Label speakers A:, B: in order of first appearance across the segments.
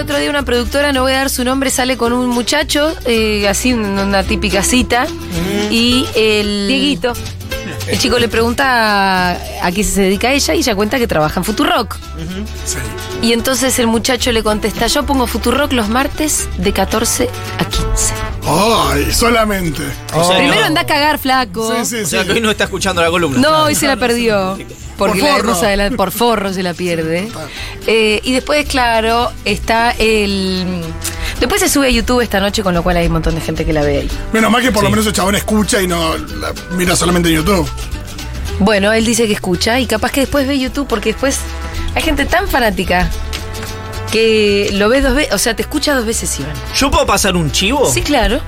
A: otro día una productora, no voy a dar su nombre, sale con un muchacho, eh, así una típica cita,
B: Mm.
A: y el...
C: Dieguito.
A: El chico le pregunta a, a qué se dedica ella y ella cuenta que trabaja en Futurock.
B: Sí.
A: Y entonces el muchacho le contesta, yo pongo Futurock los martes de 14 a 15.
B: Ay, solamente.
D: O sea,
A: Primero
D: no-
A: anda a cagar, flaco.
B: Sí, sí,
D: O sea,
B: sí.
D: que hoy no está escuchando la columna.
A: No, hoy se la perdió. Porque
B: Por
A: la
B: forro.
A: hermosa de la- por forro se la pierde. Eh, y después, claro, está el. Después se sube a YouTube esta noche, con lo cual hay un montón de gente que la ve ahí.
B: Menos mal que por lo menos el chabón escucha y no la mira solamente en YouTube.
A: Bueno, él dice que escucha y capaz que después ve YouTube, porque después hay gente tan fanática que lo ve dos veces, o sea, te escucha dos veces, Iván.
D: ¿Yo puedo pasar un chivo?
A: Sí, claro.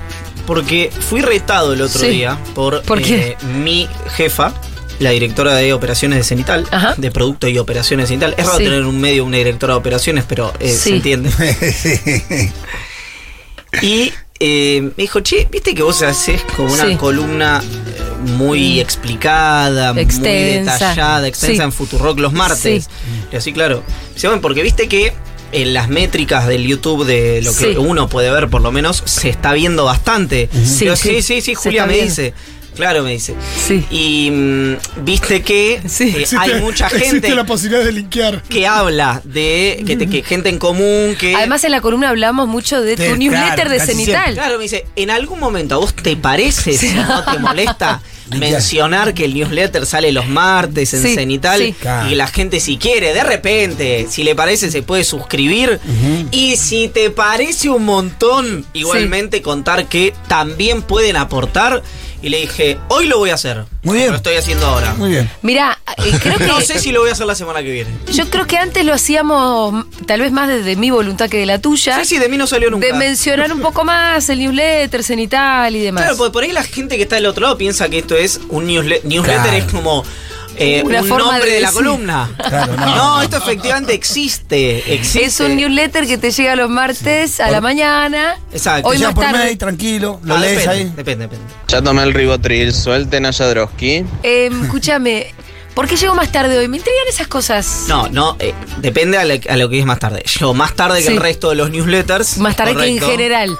D: Porque fui retado el otro
A: Sí.
D: día por, eh,
A: ¿Por qué?
D: mi jefa, la directora de operaciones de Cenital,
A: Ajá.
D: de producto y operaciones de Cenital. Es raro
A: Sí.
D: tener un medio, una directora de operaciones, pero eh,
A: Sí.
D: se entiende. y eh, me dijo, che, viste que vos haces como una
A: Sí. Mm.
D: columna eh, muy explicada, muy
A: Extensa.
D: detallada, extensa
A: Sí.
D: en Futurock los martes.
A: Sí.
D: Y así, claro. Dice, bueno, porque viste que en las métricas del YouTube de lo que
A: Sí.
D: uno puede ver por lo menos, se está viendo bastante.
A: Sí,
D: Pero
A: sí.
D: sí, sí,
A: Se
D: sí, Julia
A: está
D: me
A: viendo.
D: dice. Claro, me dice.
A: Sí.
D: Y mm, viste que
A: Sí.
D: eh,
B: Existe-
D: hay mucha gente
B: Existe la posibilidad de linkear.
D: que habla de que, te- que gente en común que...
A: Además, en la columna hablamos mucho de tu
E: Sí,
A: newsletter
E: claro,
A: de
E: casi
A: Cenital.
D: Eh. Claro, me dice, ¿en algún momento a vos te parece, si no te molesta, mencionar que el newsletter sale los martes en
A: Sí,
D: Cenital
A: sí.
E: Claro.
D: y la gente si quiere, de repente, si le parece, se puede suscribir? Y si te parece un montón, igualmente contar que también pueden aportar. Y le dije, hoy lo voy a hacer.
E: Muy bien.
D: Lo estoy haciendo ahora.
E: Muy bien.
A: Mirá, eh, creo que.
D: No sé si lo voy a hacer la semana que viene.
A: Yo creo que antes lo hacíamos mm, tal vez más desde mi voluntad que de la tuya.
D: Sí, sí, de mí no salió nunca.
A: De mencionar un poco más el newsletter, Cenital y demás.
D: Claro, porque por ahí la gente que está del otro lado piensa que esto es un newsle- newsletter,
E: Claro.
D: es como eh,
A: Una
D: un
A: forma
D: nombre de,
A: de
D: la
A: decir.
D: columna.
E: Claro,
D: no.
E: no.
D: esto efectivamente existe. existe.
A: es un newsletter que te llega los martes a la mañana.
D: Exacto.
A: Hoy
E: Te llega
A: más
E: por mail,
A: tarde.
E: tranquilo, lo
D: Ah,
E: lees
D: depende,
E: ahí.
D: Depende, depende.
F: Ya tomé el ribotril, suelten a Jadrowski.
A: Eh, escúchame, ¿por qué llego más tarde hoy? Me intrigan esas cosas.
D: No, no, eh, depende a lo, a lo que es más tarde. Yo más tarde que
A: Sí.
D: el resto de los newsletters.
A: más tarde que en
D: correcto.
A: general.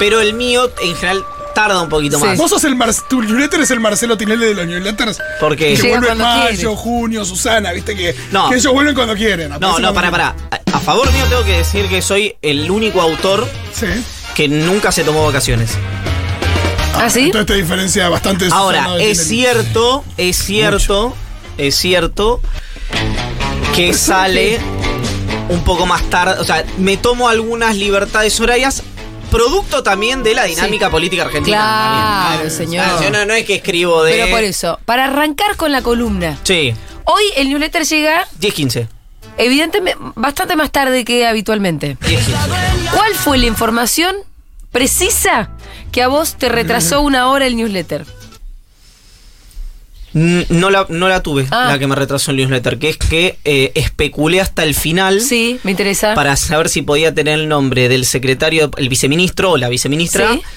D: Pero el mío en general tarda un poquito
A: Sí.
D: más.
B: Vos sos el Mar tu newsletter es el Marcelo Tinelli de los newsletters.
D: Porque
B: Que
A: Llega
B: vuelve en
A: cuando
B: mayo,
A: quiere.
B: junio, Susana, viste que,
D: No.
B: que ellos vuelven cuando quieren.
D: No,
B: aparecen
D: no, pará,
B: cuando
D: pará. A, a favor mío tengo que decir que soy el único autor
B: quieren. Sí.
D: que nunca se tomó vacaciones.
A: ¿Ah, sí?
B: Entonces te diferencia bastante de Susana
D: Ahora,
B: de
D: es
B: Tinelli.
D: cierto, es cierto, es cierto que sale un poco más tarde. O sea, me tomo algunas libertades horarias. Producto también de la dinámica política argentina.
A: Claro,
D: también.
A: señor.
D: Ah, yo no, no es que escribo de.
A: Pero por eso, para arrancar con la columna.
D: Sí,
A: Hoy el newsletter llega,
D: 10-15.
A: evidentemente, bastante más tarde que habitualmente.
D: 10-15.
A: ¿Cuál fue la información precisa que a vos te retrasó una hora el newsletter?
D: Mm, No la, no la tuve,
A: Ah.
D: la que me retrasó el newsletter, que es que eh, especulé hasta el final.
A: Sí, me interesa.
D: para saber si podía tener el nombre del secretario, el viceministro o la viceministra
A: Sí. Ah.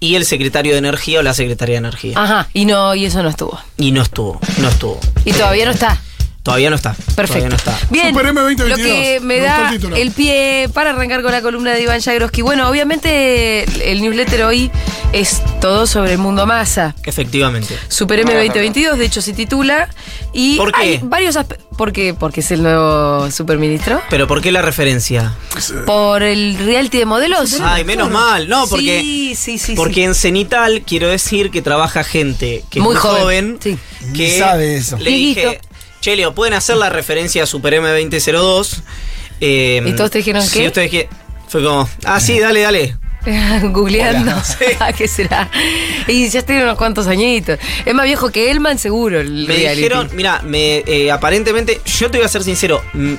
D: y el secretario de Energía o la secretaria de Energía.
A: Ajá, y no, y eso no estuvo.
D: Y no estuvo, no estuvo.
A: Y todavía no está.
D: Todavía no está.
A: Perfecto.
D: Todavía no está.
A: Bien.
B: Super M2022.
A: Lo que me,
B: Me gustó
A: da
B: el título.
A: el pie para arrancar con la columna de Iván Jagroski. Bueno, obviamente el newsletter hoy es todo sobre el mundo masa.
D: Efectivamente.
A: Super M2022, de hecho, se titula. Y
D: ¿Por qué?
A: hay varios aspectos. ¿Por qué? Porque es el nuevo superministro.
D: Pero ¿por qué la referencia?
A: Por el reality de modelos.
D: Ay, menos mal, no, porque
A: Sí, sí, sí.
D: porque en Cenital quiero decir que trabaja gente que
A: Muy
D: es muy
A: joven,
D: joven,
A: sí.
D: que
E: Ni sabe eso.
D: Le
A: Dieguito.
D: dije, "Che, Leo, pueden hacer la referencia a Super M2002." Eh,
A: ¿Y todos te dijeron
D: sí,
A: qué?
D: ustedes que fue como, "Ah, sí, dale, dale."
A: sí. Googleando.
D: Sí.
A: Ah, ¿Qué será? Y ya tiene unos cuantos añitos. Es más viejo que Elman, seguro. El
D: Me
A: reality.
D: dijeron, mira, me, eh, aparentemente, yo te voy a ser sincero, mm,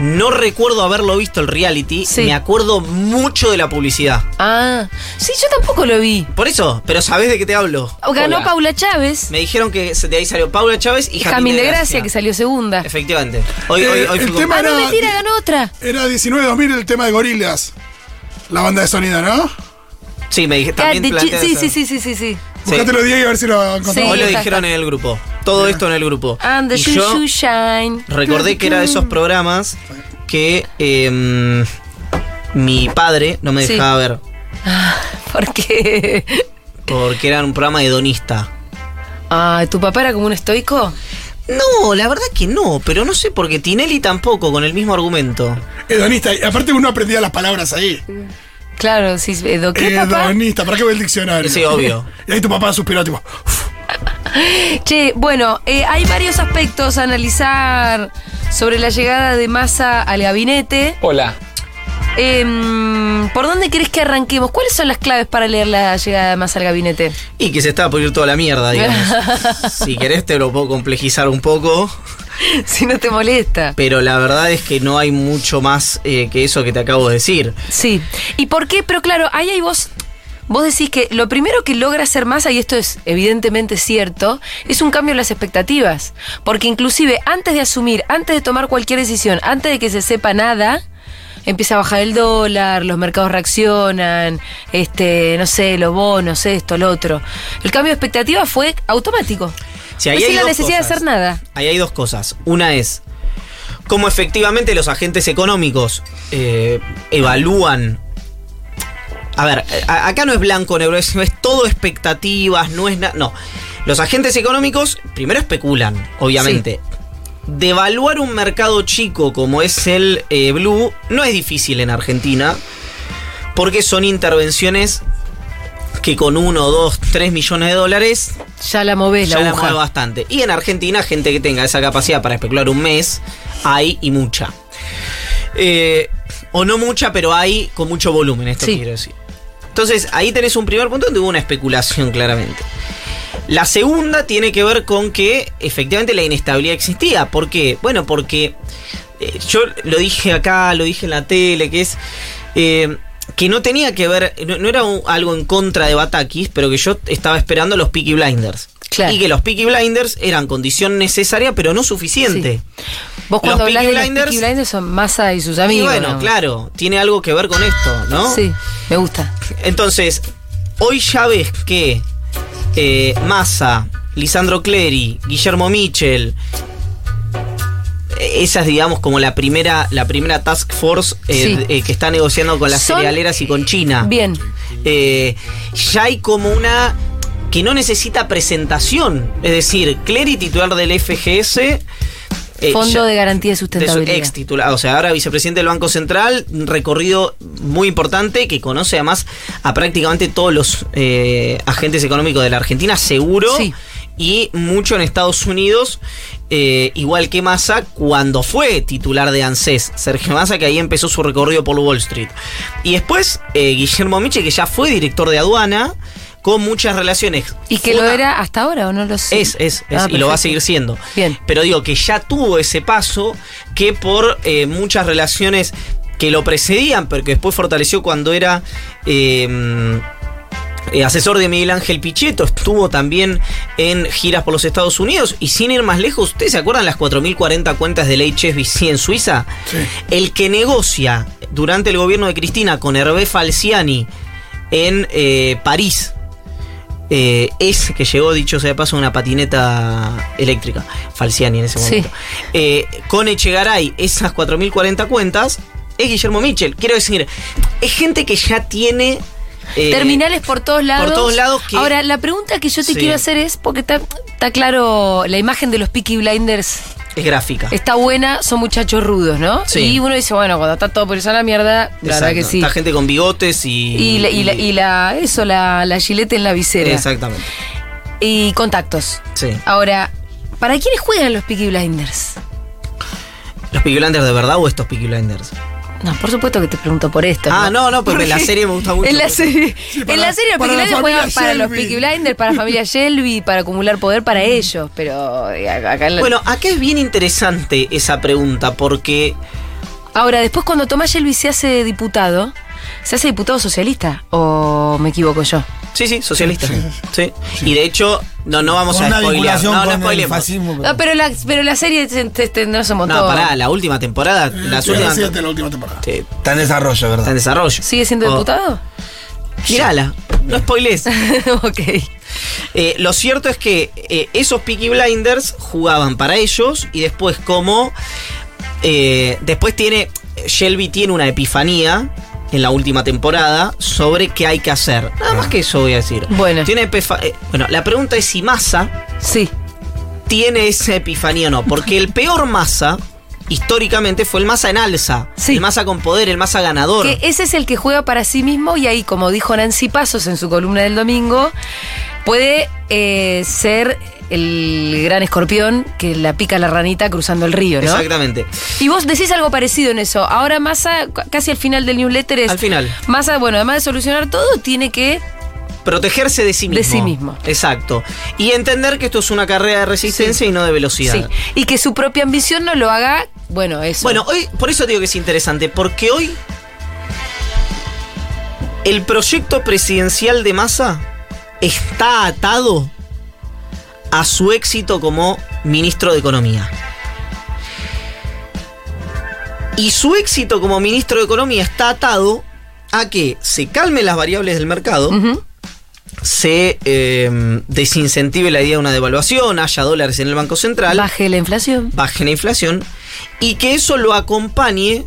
D: no recuerdo haberlo visto el reality,
A: Sí.
D: me acuerdo mucho de la publicidad.
A: Ah, sí, yo tampoco lo vi.
D: Por eso, pero ¿sabés de qué te hablo?
A: Ganó
D: Hola.
A: Paula Chávez
D: Me dijeron que se- de ahí salió Paula Chávez y
A: y Jamín de Gracia, que
D: salió.
A: salió segunda.
D: Efectivamente. Hoy,
B: Eh,
D: hoy, hoy
B: el
D: fui
B: tema-
A: Ah, no,
B: Bueno,
A: mentira,
B: di-
A: ganó otra.
B: Era 19-2000 el tema de Gorilas. La banda de sonido, ¿no?
D: con- Sí, me dije,
A: Ah,
D: también
A: de chi-
D: plantea
A: sí,
D: eso.
A: sí, sí, sí, sí, sí.
D: Sí.
B: Buscátelo día y a ver si lo encontramos.
D: Hoy lo
A: está,
D: dijeron
A: está.
D: en el grupo. Todo esto en el grupo.
A: And the
D: Y
A: shoe,
D: yo-
A: shoe shine.
D: Recordé que era de esos programas que eh, mi padre no me
A: Sí.
D: dejaba ver.
A: Porque.
D: Porque era un programa hedonista.
A: Ah, ¿tu papá era como un estoico?
D: No, la verdad que no, pero no sé porque Tinelli tampoco, con el mismo argumento.
B: Hedonista. Y aparte uno aprendía las palabras ahí.
A: Claro, sí. eh, ¿do ¿Qué, papá?
B: Hedonista. ¿Para qué voy al diccionario?
D: Sí, obvio.
B: Y ahí tu papá suspiró, tipo. "Uf".
A: Che, bueno, eh, hay varios aspectos a analizar sobre la llegada de Massa al gabinete.
C: Hola.
A: Em, ¿Por dónde querés que arranquemos? ¿Cuáles son las claves para leer la llegada de Massa al gabinete?
D: Y que se estaba por ir toda la mierda, digamos. si querés te lo puedo complejizar un poco,
A: si no te molesta.
D: pero la verdad es que no hay mucho más eh, que eso que te acabo de decir.
A: Sí. ¿Y por qué? Pero claro, ahí hay vos. Vos decís que lo primero que logra hacer Massa, y esto es evidentemente cierto, es un cambio en las expectativas. Porque inclusive antes de asumir, antes de tomar cualquier decisión, antes de que se sepa nada, empieza a bajar el dólar, los mercados reaccionan, este, no sé, los bonos, esto, lo otro. El cambio de expectativa fue automático.
D: Si
A: no
D: ahí hay
A: sin la
D: dos
A: necesidad de
D: cosas.
A: hacer nada.
D: Ahí hay dos cosas. Una es cómo efectivamente los agentes económicos eh, evalúan. A ver, a- acá no es blanco o negro, es, no es todo expectativas, no es nada. No. Los agentes económicos primero especulan, obviamente. Devaluar un mercado chico como es el eh, Blue no es difícil en Argentina porque son intervenciones que con 1, 2, 3 millones de dólares
A: Ya la movés la
D: ya la
A: aguja.
D: mueve bastante. Y en Argentina, gente que tenga esa capacidad para especular un mes, hay y mucha. Eh, o no mucha, pero hay con mucho volumen, esto
A: Sí.
D: quiero decir. Entonces, ahí tenés un primer punto donde hubo una especulación, claramente. La segunda tiene que ver con que efectivamente la inestabilidad existía. ¿Por qué? Bueno, porque eh, yo lo dije acá, lo dije en la tele, que es eh, que no tenía que ver, no, no era un- algo en contra de Batakis, pero que yo estaba esperando los Peaky Blinders.
A: Claro.
D: Y que los Peaky Blinders eran condición necesaria, pero no suficiente.
A: Vos cuando
D: Los
A: hablás
D: Peaky
A: de los
D: Blinders-
A: Peaky Blinders son Massa y sus
D: y
A: amigos.
D: bueno,
A: ¿no?
D: claro, tiene algo que ver con esto, ¿no?
A: Sí, me gusta.
D: Entonces, hoy ya ves que eh, Massa, Lisandro Clery, Guillermo Mitchell, eh, esa es, digamos, como la primera, la primera task force eh,
A: Sí.
D: de- eh, que está negociando con las
A: Son-
D: cerealeras y con China.
A: Bien.
D: Eh, ya hay como una que no necesita presentación. Es decir, Clery, titular del FGS. eh,
A: Fondo
D: ya-
A: de garantía de
D: de su
A: sustentabilidad.
D: ex titular, o sea, ahora vicepresidente del Banco Central, un recorrido muy importante que conoce además a prácticamente todos los eh, agentes económicos de la Argentina, seguro,
A: Sí.
D: y mucho en Estados Unidos, eh, igual que Massa cuando fue titular de ANSES, Sergio Massa, que ahí empezó su recorrido por Wall Street. Y después eh, Guillermo Miche, que ya fue director de aduana, con muchas relaciones.
A: y que
D: Fue
A: lo
D: una-
A: era hasta ahora, ¿o no lo sé?
D: es, es, es,
A: Ah,
D: y lo va
A: perfecto.
D: a seguir siendo.
A: Bien.
D: Pero digo que ya tuvo ese paso que por eh, muchas relaciones que lo precedían, pero que después fortaleció cuando era eh, eh, asesor de Miguel Ángel Pichetto, estuvo también en giras por los Estados Unidos y sin ir más lejos, ¿ustedes se acuerdan las 4.040 cuentas del HSBC en Suiza?
B: Sí.
D: El que negocia durante el gobierno de Cristina con Hervé Falciani en eh, París eh, es que llegó, dicho sea de paso, una patineta eléctrica. Falciani en ese
A: Sí.
D: momento. Eh, con Echegaray, esas 4040 cuentas, es Guillermo Mitchell. Quiero decir, es gente que ya tiene. eh,
A: Terminales por todos lados.
D: por todos lados que-
A: Ahora, la pregunta que yo te
D: Sí.
A: quiero hacer es, porque está, está claro, la imagen de los Peaky Blinders
D: Es gráfica.
A: está buena, son muchachos rudos, ¿no?
D: Sí.
A: Y uno dice, bueno, cuando está todo por esa la mierda, la verdad
D: Exacto.
A: que sí.
D: Está gente con bigotes y.
A: Y la, y la- y la- eso, la, la gilete en la visera.
D: Exactamente.
A: Y contactos.
D: Sí.
A: Ahora, ¿para quiénes juegan los Peaky Blinders?
D: ¿Los Peaky Blinders de verdad o estos Peaky Blinders?
A: No, por supuesto que te pregunto por esto.
D: Ah, no, no, porque en la
A: Porque
D: serie me gusta mucho.
A: En la serie,
B: para
A: en
B: la-
A: la serie los
B: para
A: Peaky
B: la
A: Blinders
B: familia
A: juegan para los
B: Shelby.
A: Peaky Blinders, para la familia Shelby, para acumular poder para ellos, pero eh, acá en la-
D: Bueno, acá es bien interesante esa pregunta porque.
A: Ahora, después cuando Tomás Shelby se hace diputado, ¿se hace diputado socialista o me equivoco yo?
D: Sí, sí, socialista. Sí. Y de hecho, no, no vamos
C: Con
D: a
C: una
D: spoilear.
C: vinculación
D: No, no
C: con el
D: spoilemos.
C: fascismo.
A: Ah, pero la, pero la serie se- te- tendrá su motor.
D: No, pará, la última
C: Eh,
D: temporada, las
B: Sí,
D: últimas.
B: siete, la última temporada.
D: Sí,
C: Está en desarrollo,
D: está en
C: ¿verdad?
D: desarrollo.
A: ¿Sigue siendo
D: Oh,
A: diputado?
D: Mirala, no spoilees.
A: ok.
D: Eh, lo cierto es que eh, esos Peaky Blinders jugaban para ellos y después como... eh, después tiene... Shelby tiene una epifanía en la última temporada sobre qué hay que hacer. Nada
C: Ah.
D: más que eso voy a decir.
A: Bueno.
D: Tiene epifa- eh, bueno, la pregunta es si Massa
A: Sí.
D: tiene esa epifanía o no. Porque el peor Massa, históricamente, fue el Massa en alza.
A: Sí.
D: El Massa con poder, el Massa ganador.
A: Que ese es el que juega para sí mismo y ahí, como dijo Nancy Pasos en su columna del domingo, puede eh, ser el gran escorpión que la pica la ranita cruzando el río, ¿no?
D: Exactamente.
A: Y vos decís algo parecido en eso. Ahora Massa, c- casi al final del newsletter es...
D: Al final.
A: Massa, bueno, además de solucionar todo, tiene que...
D: Protegerse de sí
A: De
D: mismo.
A: sí mismo.
D: Exacto. Y entender que esto es una carrera de resistencia y no de velocidad.
A: Sí. Y que su propia ambición no lo haga, bueno, eso.
D: Bueno, hoy, por eso digo que es interesante, porque hoy el proyecto presidencial de Massa está atado a su éxito como ministro de Economía. Y su éxito como ministro de Economía está atado a que se calmen las variables del mercado,
A: Ujú.
D: se eh, desincentive la idea de una devaluación, haya dólares en el Banco Central
A: Baje la inflación.
D: baje la inflación y que eso lo acompañe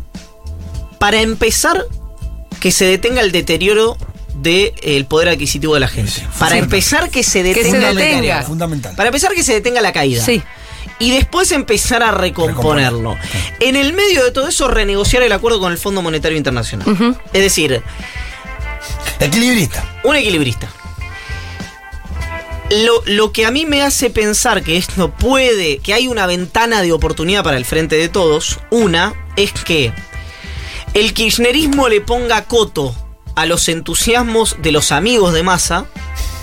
D: para empezar que se detenga el deterioro del poder adquisitivo de la gente. Para
B: Sí.
D: empezar que se detenga,
A: se
D: el
A: detenga.
D: deterioro.
B: Fundamental.
D: Para empezar que se detenga la caída.
A: Sí.
D: Y después empezar a recomponerlo.
B: Recomponer,
D: En el medio de todo eso, renegociar el acuerdo con el Fondo Monetario Internacional.
A: Ujú.
D: Es decir,
C: Equilibrista.
D: un equilibrista. Lo, lo que a mí me hace pensar que esto puede, que hay una ventana de oportunidad para el frente de todos, una es que el kirchnerismo le ponga coto a los entusiasmos de los amigos de Massa,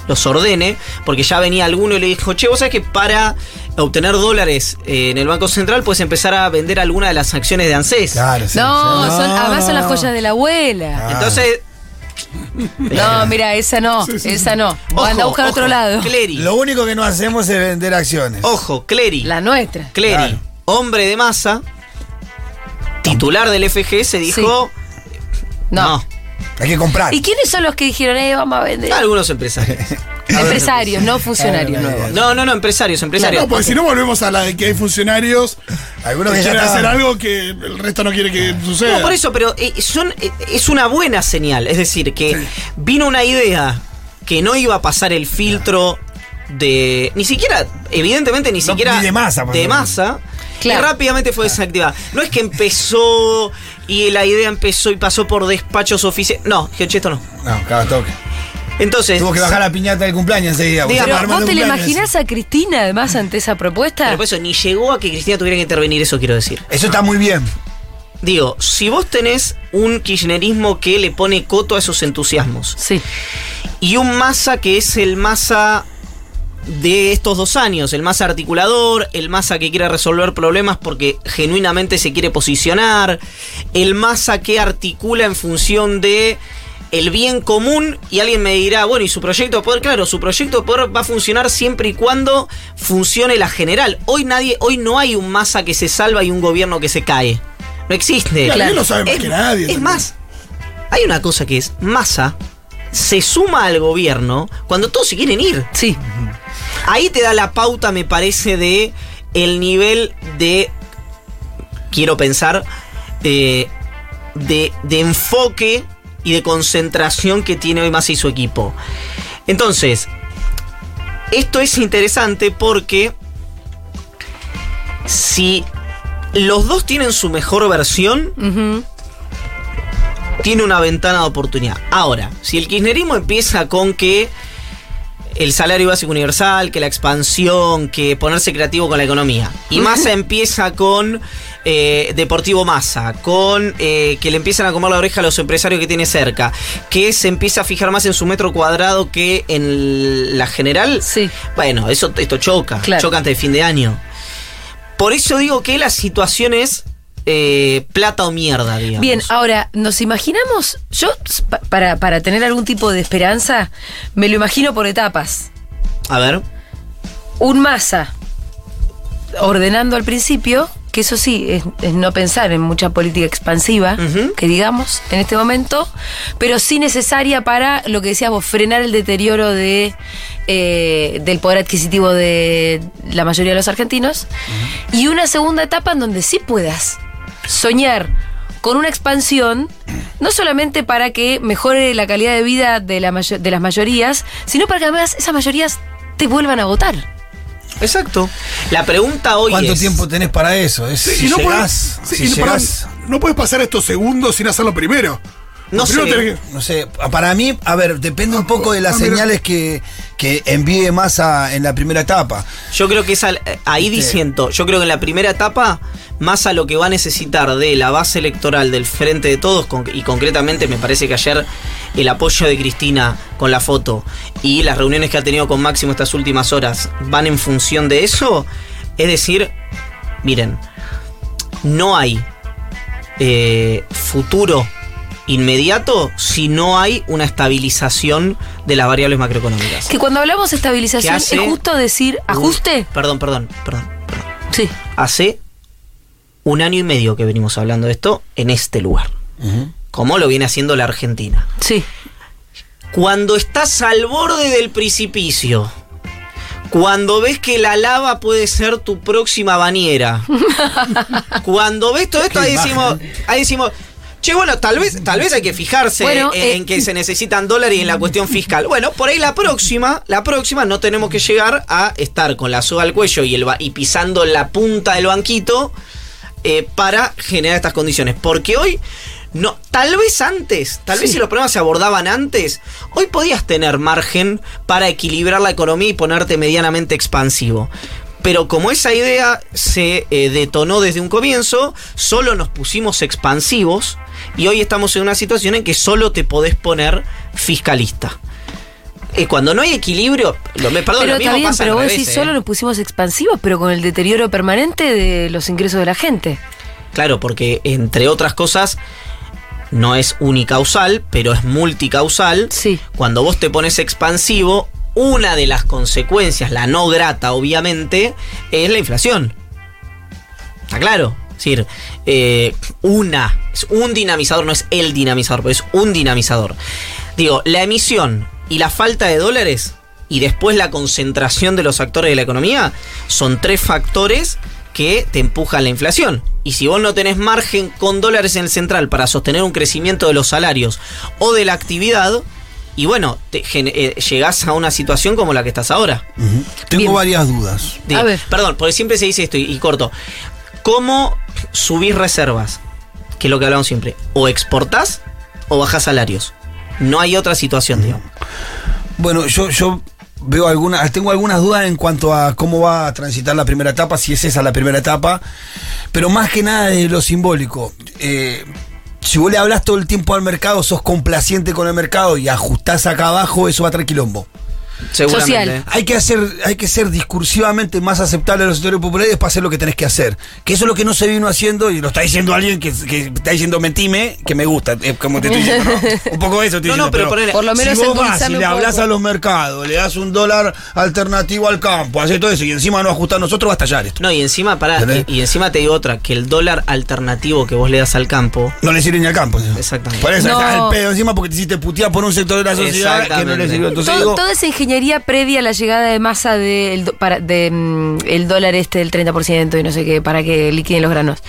D: los ordene, porque ya venía alguno y le dijo, che, vos sabés que para obtener dólares eh, en el Banco Central puedes empezar a vender alguna de las acciones de ANSES.
C: Claro, sí,
A: No,
C: sí.
A: son, además son las joyas de la
B: Ah.
A: abuela.
D: Entonces...
A: No, mira, esa no,
B: Sí, sí,
A: esa no.
D: ojo,
A: Vos andá a buscar otro
D: ojo,
A: lado.
D: Clery.
C: Lo único que no hacemos es vender acciones.
D: Ojo, Clery.
A: La nuestra.
D: Clery,
C: Claro.
D: hombre de masa, titular del FG, se dijo.
A: No.
D: No.
C: Hay que comprar.
A: ¿Y quiénes son los que dijeron, eh, vamos a vender?
D: Algunos empresarios.
A: Empresarios, no funcionarios.
C: Claro,
A: nuevos.
D: No, no, no, empresarios, empresarios.
B: No, porque si no volvemos a la de que hay funcionarios
C: Algunos
B: que
C: que ya
B: quieren hacer
C: estaban.
B: algo que el resto no quiere que suceda.
D: No, por eso, pero eh, son, eh, es una buena señal. Es decir, que vino una idea que no iba a pasar el filtro de. Ni siquiera, evidentemente, ni
C: No,
D: siquiera.
C: ni de masa, por
D: De
C: ejemplo. Ah.
D: masa.
A: Claro.
D: Y rápidamente fue desactivada. No es que empezó y la idea empezó y pasó por despachos oficiales. No, dije, "Che, esto no.
C: No, claro, toque.
D: Entonces.
C: Tuvo que bajar la piñata del cumpleaños enseguida. porque
D: Digamos,
C: estaba
A: Pero vos
C: armando
A: te
C: un
A: le
C: cumpleaños.
A: imaginás a Cristina además ante esa propuesta.
D: Pero pues, por eso ni llegó a que Cristina tuviera que intervenir, eso quiero decir.
C: Eso está muy bien.
D: Digo, si vos tenés un kirchnerismo que le pone coto a esos entusiasmos
A: Sí.
D: y un masa que es el masa de estos dos años, el masa articulador, el masa que quiere resolver problemas porque genuinamente se quiere posicionar, el masa que articula en función de el bien común y alguien me dirá, bueno, ¿y su proyecto de poder? Claro, su proyecto de poder va a funcionar siempre y cuando funcione la general. Hoy nadie, hoy no hay un masa que se salva y un gobierno que se cae. No existe.
B: Claro,
A: Claro.
B: él lo sabe más
D: Es-
B: que nadie.
D: Es
B: también.
D: más, hay una cosa que es, Massa se suma al gobierno cuando todos se quieren ir.
A: Sí.
D: Ahí te da la pauta, me parece, de el nivel de, quiero pensar, eh, de, de enfoque y de concentración que tiene hoy Massa y su equipo. Entonces, esto es interesante porque si los dos tienen su mejor versión,
A: Ujú.
D: tiene una ventana de oportunidad. Ahora, si el kirchnerismo empieza con que el salario básico universal, que la expansión, que ponerse creativo con la economía. Y Massa empieza con eh, Deportivo Massa, con eh, que le empiezan a comer la oreja a los empresarios que tiene cerca, que se empieza a fijar más en su metro cuadrado que en la general.
A: Sí.
D: Bueno, eso esto choca,
A: Claro.
D: choca antes de fin de año. Por eso digo que la situación es eh, plata o mierda, digamos.
A: Bien, ahora, ¿nos imaginamos? Yo, s- pa- para, para tener algún tipo de esperanza, me lo imagino por etapas.
D: A ver.
A: un masa ordenando al principio, que eso sí, es, es no pensar en mucha política expansiva,
D: Ujú.
A: que digamos, en este momento, pero sí necesaria para, lo que decías vos, frenar el deterioro de, eh, del poder adquisitivo de la mayoría de los argentinos, y una segunda etapa en donde sí puedas soñar con una expansión, no solamente para que mejore la calidad de vida de, la mayo- de las mayorías, sino para que además esas mayorías te vuelvan a votar.
D: Exacto. La pregunta hoy
C: ¿Cuánto
D: es,
C: tiempo tenés para eso? Es, si
B: y no
C: llegás,
B: podés- sí,
C: si
B: y no- pará,
C: llegás,
B: no puedes pasar estos segundos sin hacerlo primero.
D: No
B: Primero
D: sé.
B: tenés que-
C: no sé, para mí, a ver, depende un poco de las
B: Ah, mira.
C: señales que, que envíe Massa en la primera etapa.
D: Yo creo que es al- eh, ahí diciendo, yo creo que en la primera etapa, más a lo que va a necesitar de la base electoral del Frente de Todos, con- y concretamente me parece que ayer el apoyo de Cristina con la foto y las reuniones que ha tenido con Máximo estas últimas horas van en función de eso, es decir, miren, no hay eh, futuro inmediato si no hay una estabilización de las variables macroeconómicas.
A: Que cuando hablamos de estabilización,
D: ¿Qué
A: es
D: hace?
A: justo decir ajuste.
D: Perdón, perdón, perdón.
A: Sí.
D: hace un año y medio que venimos hablando de esto en este lugar, como lo viene haciendo la Argentina.
A: Sí.
D: Cuando estás al borde del precipicio, cuando ves que la lava puede ser tu próxima bañera, cuando ves todo esto,
C: Qué
D: ahí decimos,
C: imagen.
D: ahí decimos, che, bueno, tal vez, tal vez hay que fijarse
A: Bueno,
D: en,
A: eh,
D: en que se necesitan dólares y en la cuestión fiscal. Bueno, por ahí la próxima, la próxima no tenemos que llegar a estar con la soga al cuello y, el ba- y pisando la punta del banquito eh, para generar estas condiciones. Porque hoy, no, tal vez antes, tal vez si los problemas se abordaban antes, hoy podías tener margen para equilibrar la economía y ponerte medianamente expansivo. Pero como esa idea se eh, detonó desde un comienzo, solo nos pusimos expansivos y hoy estamos en una situación en que solo te podés poner fiscalista. Eh, cuando no hay equilibrio, lo, me- perdón,
A: pero
D: lo mismo
A: está bien,
D: pasa al
A: pero vos
D: revés,
A: decís,
D: eh.
A: solo nos pusimos expansivos, pero con el deterioro permanente de los ingresos de la gente.
D: Claro, porque entre otras cosas no es unicausal, pero es multicausal.
A: Sí.
D: Cuando vos te pones expansivo, una de las consecuencias, la no grata obviamente, es la inflación. ¿Está claro? Es decir, eh, una, es un dinamizador, no es el dinamizador, pero es un dinamizador. Digo, la emisión y la falta de dólares y después la concentración de los actores de la economía son tres factores que te empujan la inflación. Y si vos no tenés margen con dólares en el central para sostener un crecimiento de los salarios o de la actividad, y bueno, te gen- eh, llegás a una situación como la que estás ahora.
C: Ujú. Tengo
A: Bien.
C: varias dudas.
D: Digo,
A: A ver.
D: Perdón, porque siempre se dice esto y, y corto. ¿Cómo subís reservas? Que es lo que hablamos siempre. O exportás o bajás salarios. No hay otra
C: Mm.
D: situación, digo.
C: Bueno, yo, yo veo algunas, tengo algunas dudas en cuanto a cómo va a transitar la primera etapa, si es esa la primera etapa, pero más que nada de lo simbólico. Eh, si vos le hablas todo el tiempo al mercado, sos complaciente con el mercado y ajustás acá abajo, eso va a traer quilombo.
D: Seguramente.
C: Hay que hacer, hay que ser discursivamente más aceptable a los sectores populares para hacer lo que tenés que hacer. Que eso es lo que no se vino haciendo y lo está diciendo alguien que, que está diciendo mentime, que me gusta, eh, como te estoy diciendo, ¿no? Un poco eso estoy
D: No, no,
C: diciendo.
D: pero ponele-
A: Por lo menos
C: si vos vas y
A: encontrizarme
C: le
A: un
C: hablas
A: poco.
C: a los mercados, le das un dólar alternativo al campo, haces todo eso y encima no ajustas, nosotros va a estallar esto.
D: No, y encima, pará,
C: ¿Entendés?
D: y, y encima te digo otra, que el dólar alternativo que vos le das al campo.
C: No le sirve ni al campo. ¿sí?
D: Exactamente.
C: Por eso
A: No.
C: estás el pedo encima porque te hiciste putear por un sector de la sociedad que no le
D: Exactamente.
C: sirvió. Entonces
A: Todo-
C: digo,
A: toda esa ingeniería previa a la llegada de masa del do- para- de, mm, el dólar este del 30% y no sé qué, para que liquiden los granos.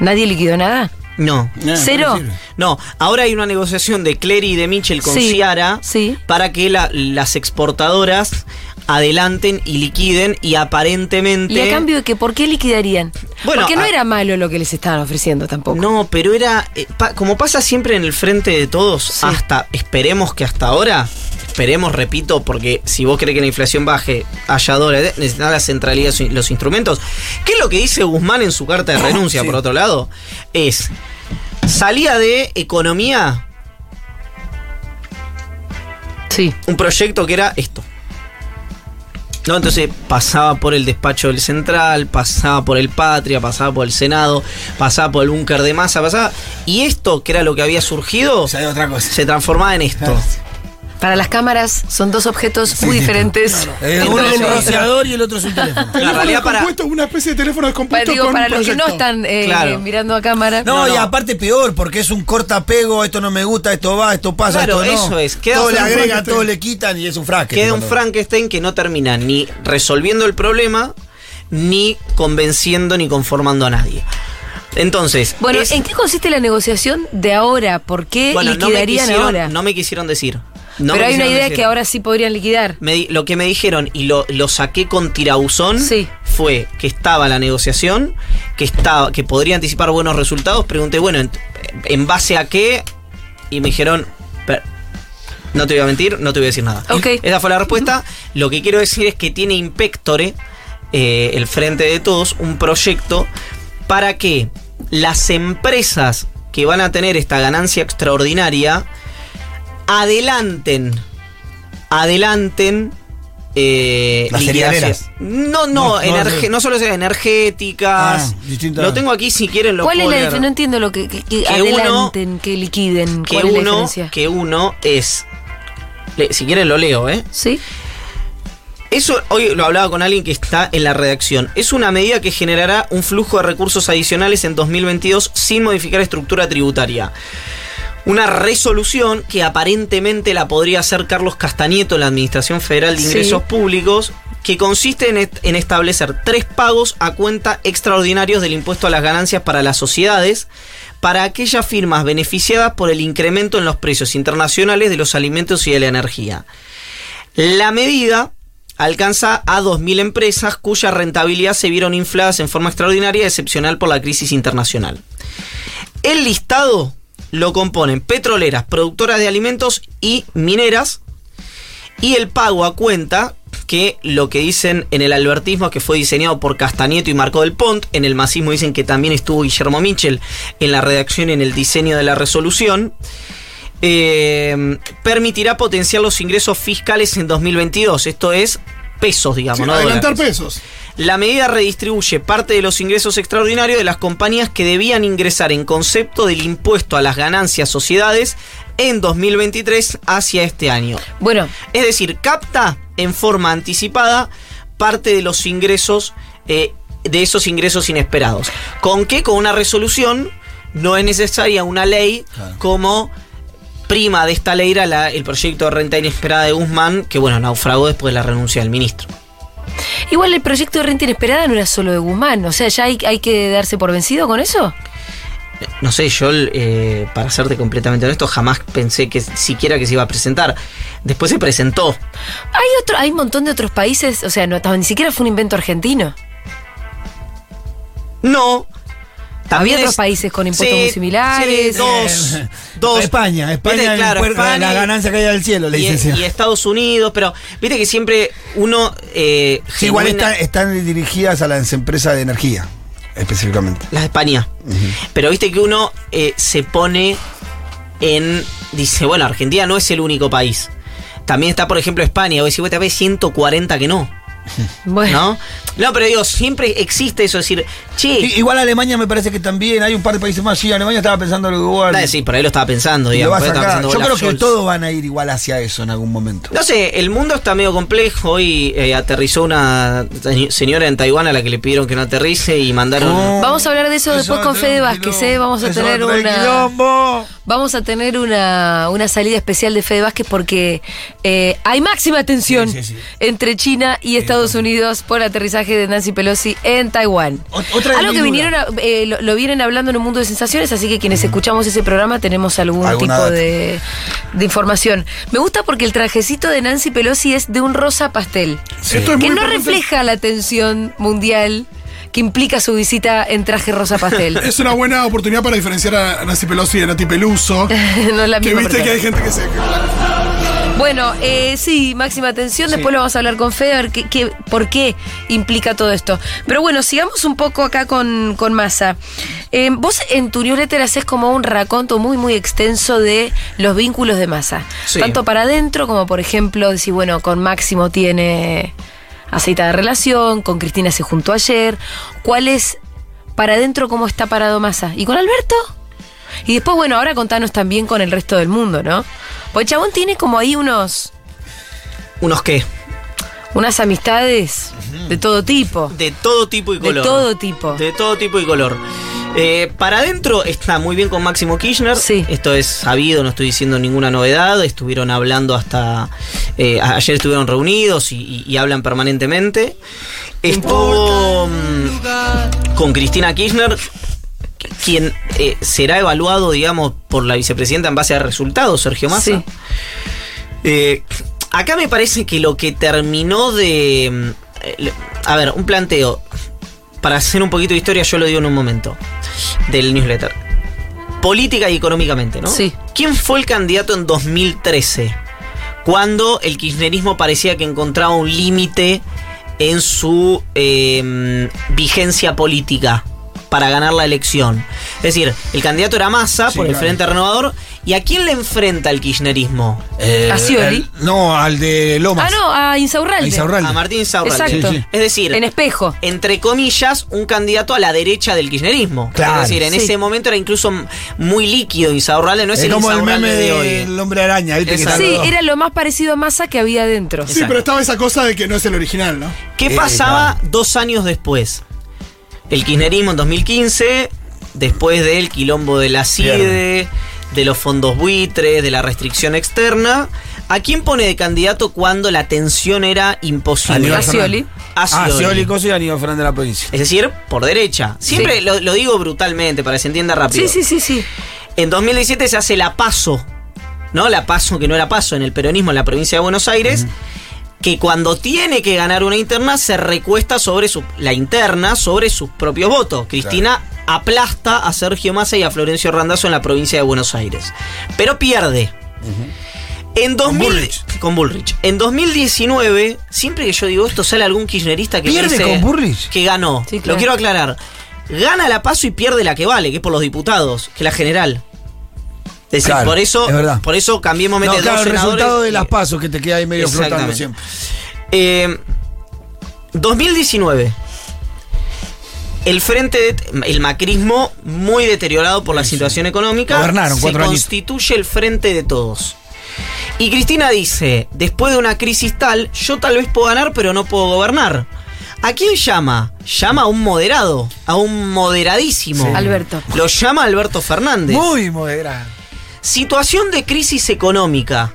A: ¿Nadie liquidó nada?
D: No.
C: eh, no le
A: cero.
C: sirve.
D: No, ahora hay una negociación de Clery y de Mitchell con
A: Sí,
D: Ciara
A: sí.
D: para que la- las exportadoras adelanten y liquiden y aparentemente...
A: ¿Y a cambio de que ¿Por qué liquidarían?
D: Bueno,
A: Porque no
D: a-
A: era malo lo que les estaban ofreciendo tampoco.
D: No, pero era. eh, pa- como pasa siempre en el frente de todos,
A: Sí.
D: hasta. Esperemos que hasta ahora. Esperemos, repito, porque si vos crees que la inflación baje, haya dólares, eh, necesitan la centralidad de su- los instrumentos. ¿Qué es lo que dice Guzmán en su carta de renuncia, por otro lado? Es. Salida de economía,
A: Sí.
D: un proyecto que era esto. No, entonces pasaba por el despacho del Central, pasaba por el Patria, pasaba por el Senado, pasaba por el búnker de masa, pasaba. Y esto, que era lo que había surgido,
C: O sea, hay otra cosa.
D: se transformaba en esto.
A: Para las cámaras son dos objetos muy
C: sí,
A: diferentes.
C: Eh,
D: Entonces,
C: uno es un
D: sí.
C: rociador y el otro es un teléfono.
D: En realidad, para-
B: descompuesto, una especie de teléfono
A: Para,
B: descompuesto
A: Pues digo,
B: con
A: para
B: un
A: los que no
B: proyecto.
A: están eh,
D: Claro.
A: mirando a cámara.
C: No,
D: No,
C: y
D: no.
C: aparte peor, porque es un cortapego, esto no me gusta, esto va, esto pasa,
D: Claro,
C: esto
D: eso
C: no.
D: es, queda
C: todo le
D: un
C: agrega,
B: Frankenstein.
C: todo le quitan y es un frasque.
D: Queda un Frankenstein que no termina ni resolviendo el problema, ni convenciendo, ni conformando a nadie. Entonces.
A: Bueno,
D: es-
A: ¿en qué consiste la negociación de ahora? ¿Por qué
D: bueno, no me
A: liquidarían
D: quisieron-
A: ahora?
D: No me quisieron decir. No
A: Pero
D: me
A: hay una
D: quisieron
A: idea
D: decir.
A: que ahora sí podrían liquidar.
D: Me di- lo que me dijeron y lo, lo saqué con tirabuzón
A: Sí.
D: fue que estaba la negociación, que estaba, que podría anticipar buenos resultados. Pregunté, bueno, en, en base a qué, y me dijeron, "Per- no te voy a mentir, no te voy a decir nada.
A: Ok.
D: Esa fue la respuesta. Lo que quiero decir es que tiene Impectore, eh, el Frente de Todos, un proyecto para que las empresas que van a tener esta ganancia extraordinaria adelanten, adelanten. eh,
C: Las
D: liquidación.
C: cerealeras.
D: No,
C: No,
D: no,
C: no,
D: energe-
C: sí.
D: no solo sea energéticas.
C: Ah, distintas.
D: Lo tengo aquí si quieren lo
A: ¿Cuál es
D: puedo
A: la
D: leer.
A: diferencia? No entiendo lo que, que- que
D: Que uno-
A: adelanten, que liquiden.
D: Que
A: ¿Cuál es la
D: uno,
A: diferencia?
D: que uno es. le- si quieren lo leo, ¿eh?
A: ¿Sí?
D: Eso hoy lo hablaba con alguien que está en la redacción. Es una medida que generará un flujo de recursos adicionales en 2022 sin modificar estructura tributaria. Una resolución que aparentemente la podría hacer Carlos Castañeto en la Administración Federal de
A: Sí.
D: Ingresos Públicos, que consiste en, est- en establecer tres pagos a cuenta extraordinarios del impuesto a las ganancias para las sociedades, para aquellas firmas beneficiadas por el incremento en los precios internacionales de los alimentos y de la energía. La medida alcanza a 2.000 empresas cuya rentabilidad se vieron infladas en forma extraordinaria y excepcional por la crisis internacional. El listado lo componen petroleras, productoras de alimentos y mineras. Y el pago a cuenta, que lo que dicen en el albertismo es que fue diseñado por Castañeto y Marco del Pont, en el masismo dicen que también estuvo Guillermo Michel en la redacción y en el diseño de la resolución, eh, permitirá potenciar los ingresos fiscales en 2022. Esto es pesos, digamos,
B: Sí,
D: ¿no?
B: adelantar
D: Dólares.
B: pesos.
D: La medida redistribuye parte de los ingresos extraordinarios de las compañías que debían ingresar en concepto del impuesto a las ganancias sociedades en 2023 hacia este año.
A: Bueno,
D: Es decir, capta en forma anticipada parte de los ingresos, eh, de esos ingresos inesperados. ¿Con qué? Con una resolución no es necesaria una ley
C: Claro.
D: como prima de esta ley era la- el proyecto de renta inesperada de Guzmán, que bueno, naufragó después de la renuncia del ministro.
A: igual el proyecto de renta inesperada no era solo de Guzmán. O sea, ¿ya hay, hay que darse por vencido con eso?
D: No sé, yo, eh, para serte completamente honesto, jamás pensé que siquiera que se iba a presentar. Después se presentó.
A: Hay otro, hay un montón de otros países. O sea, no, ni siquiera fue un invento argentino.
D: No.
A: Había otros
D: es-
A: países con impuestos muy similares.
D: sí, dos. dos.
C: Eh, España, España,
D: Viste,
C: el
D: claro,
C: puer-
D: España
C: la
D: y-
C: ganancia caída del cielo, le
D: y,
C: dicen.
D: y Estados Unidos, pero viste que siempre uno. eh,
C: Sí, igual
D: genuina-
C: están, están dirigidas a las empresas de energía, específicamente.
D: Las de España. Pero viste que uno eh, se pone en. Dice, bueno, Argentina no es el único país. También está, por ejemplo, España. Vos decís, vos te ves 140 que no.
A: Bueno,
D: ¿No? No, pero digo, siempre existe eso, decir,
C: I-
D: che,
C: igual Alemania me parece que también, hay un par de países más, sí, Alemania estaba pensando lo igual.
D: Dale, sí, por ahí lo estaba pensando,
C: lo
D: digamos,
C: va a
D: por ahí estaba
C: sacar.
D: pensando
C: Yo
D: Olaf
C: creo que
D: Scholz.
C: todos van a ir igual hacia eso en algún momento.
D: No sé, el mundo está medio complejo y eh, aterrizó una te- señora en Taiwán a la que le pidieron que no aterrice y mandaron...
C: No,
A: Vamos a hablar de eso después
C: va a
A: con
C: tener
A: Fede
C: un
A: Vázquez,
C: quilombo.
A: ¿eh? Vamos a
C: Eso
A: tener
C: va
A: una-
C: quilombo.
A: vamos a tener una, una salida especial de Fede Vázquez porque eh, hay máxima tensión
C: Sí, sí, sí.
A: entre China y Estados Unidos por aterrizaje de Nancy Pelosi en Taiwán.
C: Ot- otra de
A: Algo
C: mi
A: que
C: duda.
A: vinieron a- eh, lo, lo vienen hablando en un mundo de sensaciones, así que quienes escuchamos ese programa tenemos algún
C: Alguna
A: tipo
C: data.
A: de, de información. Me gusta porque el trajecito de Nancy Pelosi es de un rosa pastel
C: Sí.
B: Esto es muy
A: que no
B: importante.
A: refleja la tensión mundial que implica su visita en traje rosa pastel.
B: Es una buena oportunidad para diferenciar a Nancy Pelosi de Nati Peluso.
A: no es la
B: que
A: misma
B: viste que
A: persona.
B: hay gente que se.
A: Bueno, eh, sí, máxima atención. Después lo vamos a hablar con Fede a ver qué, qué- por qué implica todo esto. Pero bueno, sigamos un poco acá con, con Massa. Eh, vos en tu newsletter haces como un raconto muy, muy extenso de los vínculos de Massa.
D: Sí.
A: Tanto para adentro como, por ejemplo, decir, bueno, con Máximo tiene aceita de relación, con Cristina se juntó ayer. ¿Cuál es para adentro cómo está parado Massa? ¿Y con Alberto? Y después, bueno, ahora contanos también con el resto del mundo, ¿no? Porque el Chabón tiene como ahí unos,
D: ¿Unos qué?
A: unas amistades de todo tipo.
D: De todo tipo y
A: De
D: color.
A: todo tipo.
D: De todo tipo y color. Eh, para adentro está muy bien con Máximo Kirchner.
A: Sí.
D: Esto es sabido, no estoy diciendo ninguna novedad. Estuvieron hablando hasta. eh, a- ayer estuvieron reunidos y, y- y hablan permanentemente. Estuvo mm, con Cristina Kirchner. quien eh, será evaluado, digamos, por la vicepresidenta en base a resultados, Sergio Massa.
A: Sí.
D: Eh, acá me parece que lo que terminó de... mm, eh, le- A ver, un planteo. Para hacer un poquito de historia, yo lo digo en un momento. Del newsletter. Política y económicamente, ¿no?
A: Sí.
D: ¿Quién fue el candidato en 2013? Cuando el kirchnerismo parecía que encontraba un límite en su eh, vigencia política para ganar la elección. Es decir, el candidato era Massa
C: Sí,
D: por el
C: claro.
D: Frente Renovador. ¿Y a quién le enfrenta el kirchnerismo?
C: Eh,
A: ¿A Scioli?
C: el- no, al de Lomas.
A: Ah, no, a Insaurralde.
C: A Insaurralde.
D: A Martín Saurralde.
A: Exacto.
C: Sí, sí.
D: Es decir,
A: En espejo.
D: entre comillas, un candidato a la derecha del kirchnerismo.
C: Claro.
D: es decir, en
A: Sí.
D: ese momento era incluso m- muy líquido Insaurralde, no es,
C: es
D: el
C: como el
D: Insaurralde
C: meme
D: de hoy. eh.
C: del hombre araña, ¿viste? Que
D: Exacto.
C: están
A: Sí,
C: los dos.
A: era lo más parecido a masa que había adentro.
B: Sí,
D: Exacto.
B: pero estaba esa cosa de que no es el original, ¿no?
D: ¿Qué
C: Eh,
D: pasaba dos años después? El kirchnerismo en 2015, después del quilombo de la CIDE, E, de los fondos buitres, de la restricción externa. ¿A quién pone de candidato cuando la tensión era imposible?
C: Aníbal
A: A Scioli.
C: Fernández.
D: A
C: Ah,
D: Scioli.
C: Scioli, Coso y Aníbal Fernández de la provincia.
D: Es decir, por derecha. Siempre
A: Sí.
D: lo, lo digo brutalmente para que se entienda rápido.
A: Sí, sí, sí, sí.
D: En 2017 se hace la paso, ¿no? La paso que no era paso en el peronismo en la provincia de Buenos Aires, que cuando tiene que ganar una interna se recuesta sobre su, la interna sobre sus propios votos. Cristina aplasta a Sergio Massa y a Florencio Randazzo en la provincia de Buenos Aires, pero pierde. En 2000,
C: Bullrich.
D: con Bullrich. En 2019, siempre que yo digo esto, sale algún kirchnerista que
C: ¿Pierde
D: dice
C: con Bullrich?
D: que ganó.
A: Sí, claro.
D: Lo quiero aclarar. Gana la paso y pierde la que vale, que es por los diputados, que es la general. Es decir,
C: Claro,
D: por eso,
C: es verdad.
D: por eso cambiemos
C: No,
D: de
C: claro,
D: dos
C: el
D: senadores
C: resultado de
D: y-
C: las pasos que te queda ahí medio flotando
D: Exactamente.
C: siempre.
D: eh, 2019. El frente, de- el macrismo muy deteriorado por la situación económica,
C: Gobernaron
D: se
C: cuatro añitos.
D: constituye el frente de todos. Y Cristina dice, después de una crisis tal, yo tal vez puedo ganar, pero no puedo gobernar. ¿A quién llama? Llama a un moderado, a un moderadísimo.
C: Sí.
A: Alberto.
D: Lo llama Alberto Fernández.
C: Muy moderado.
D: Situación de crisis económica.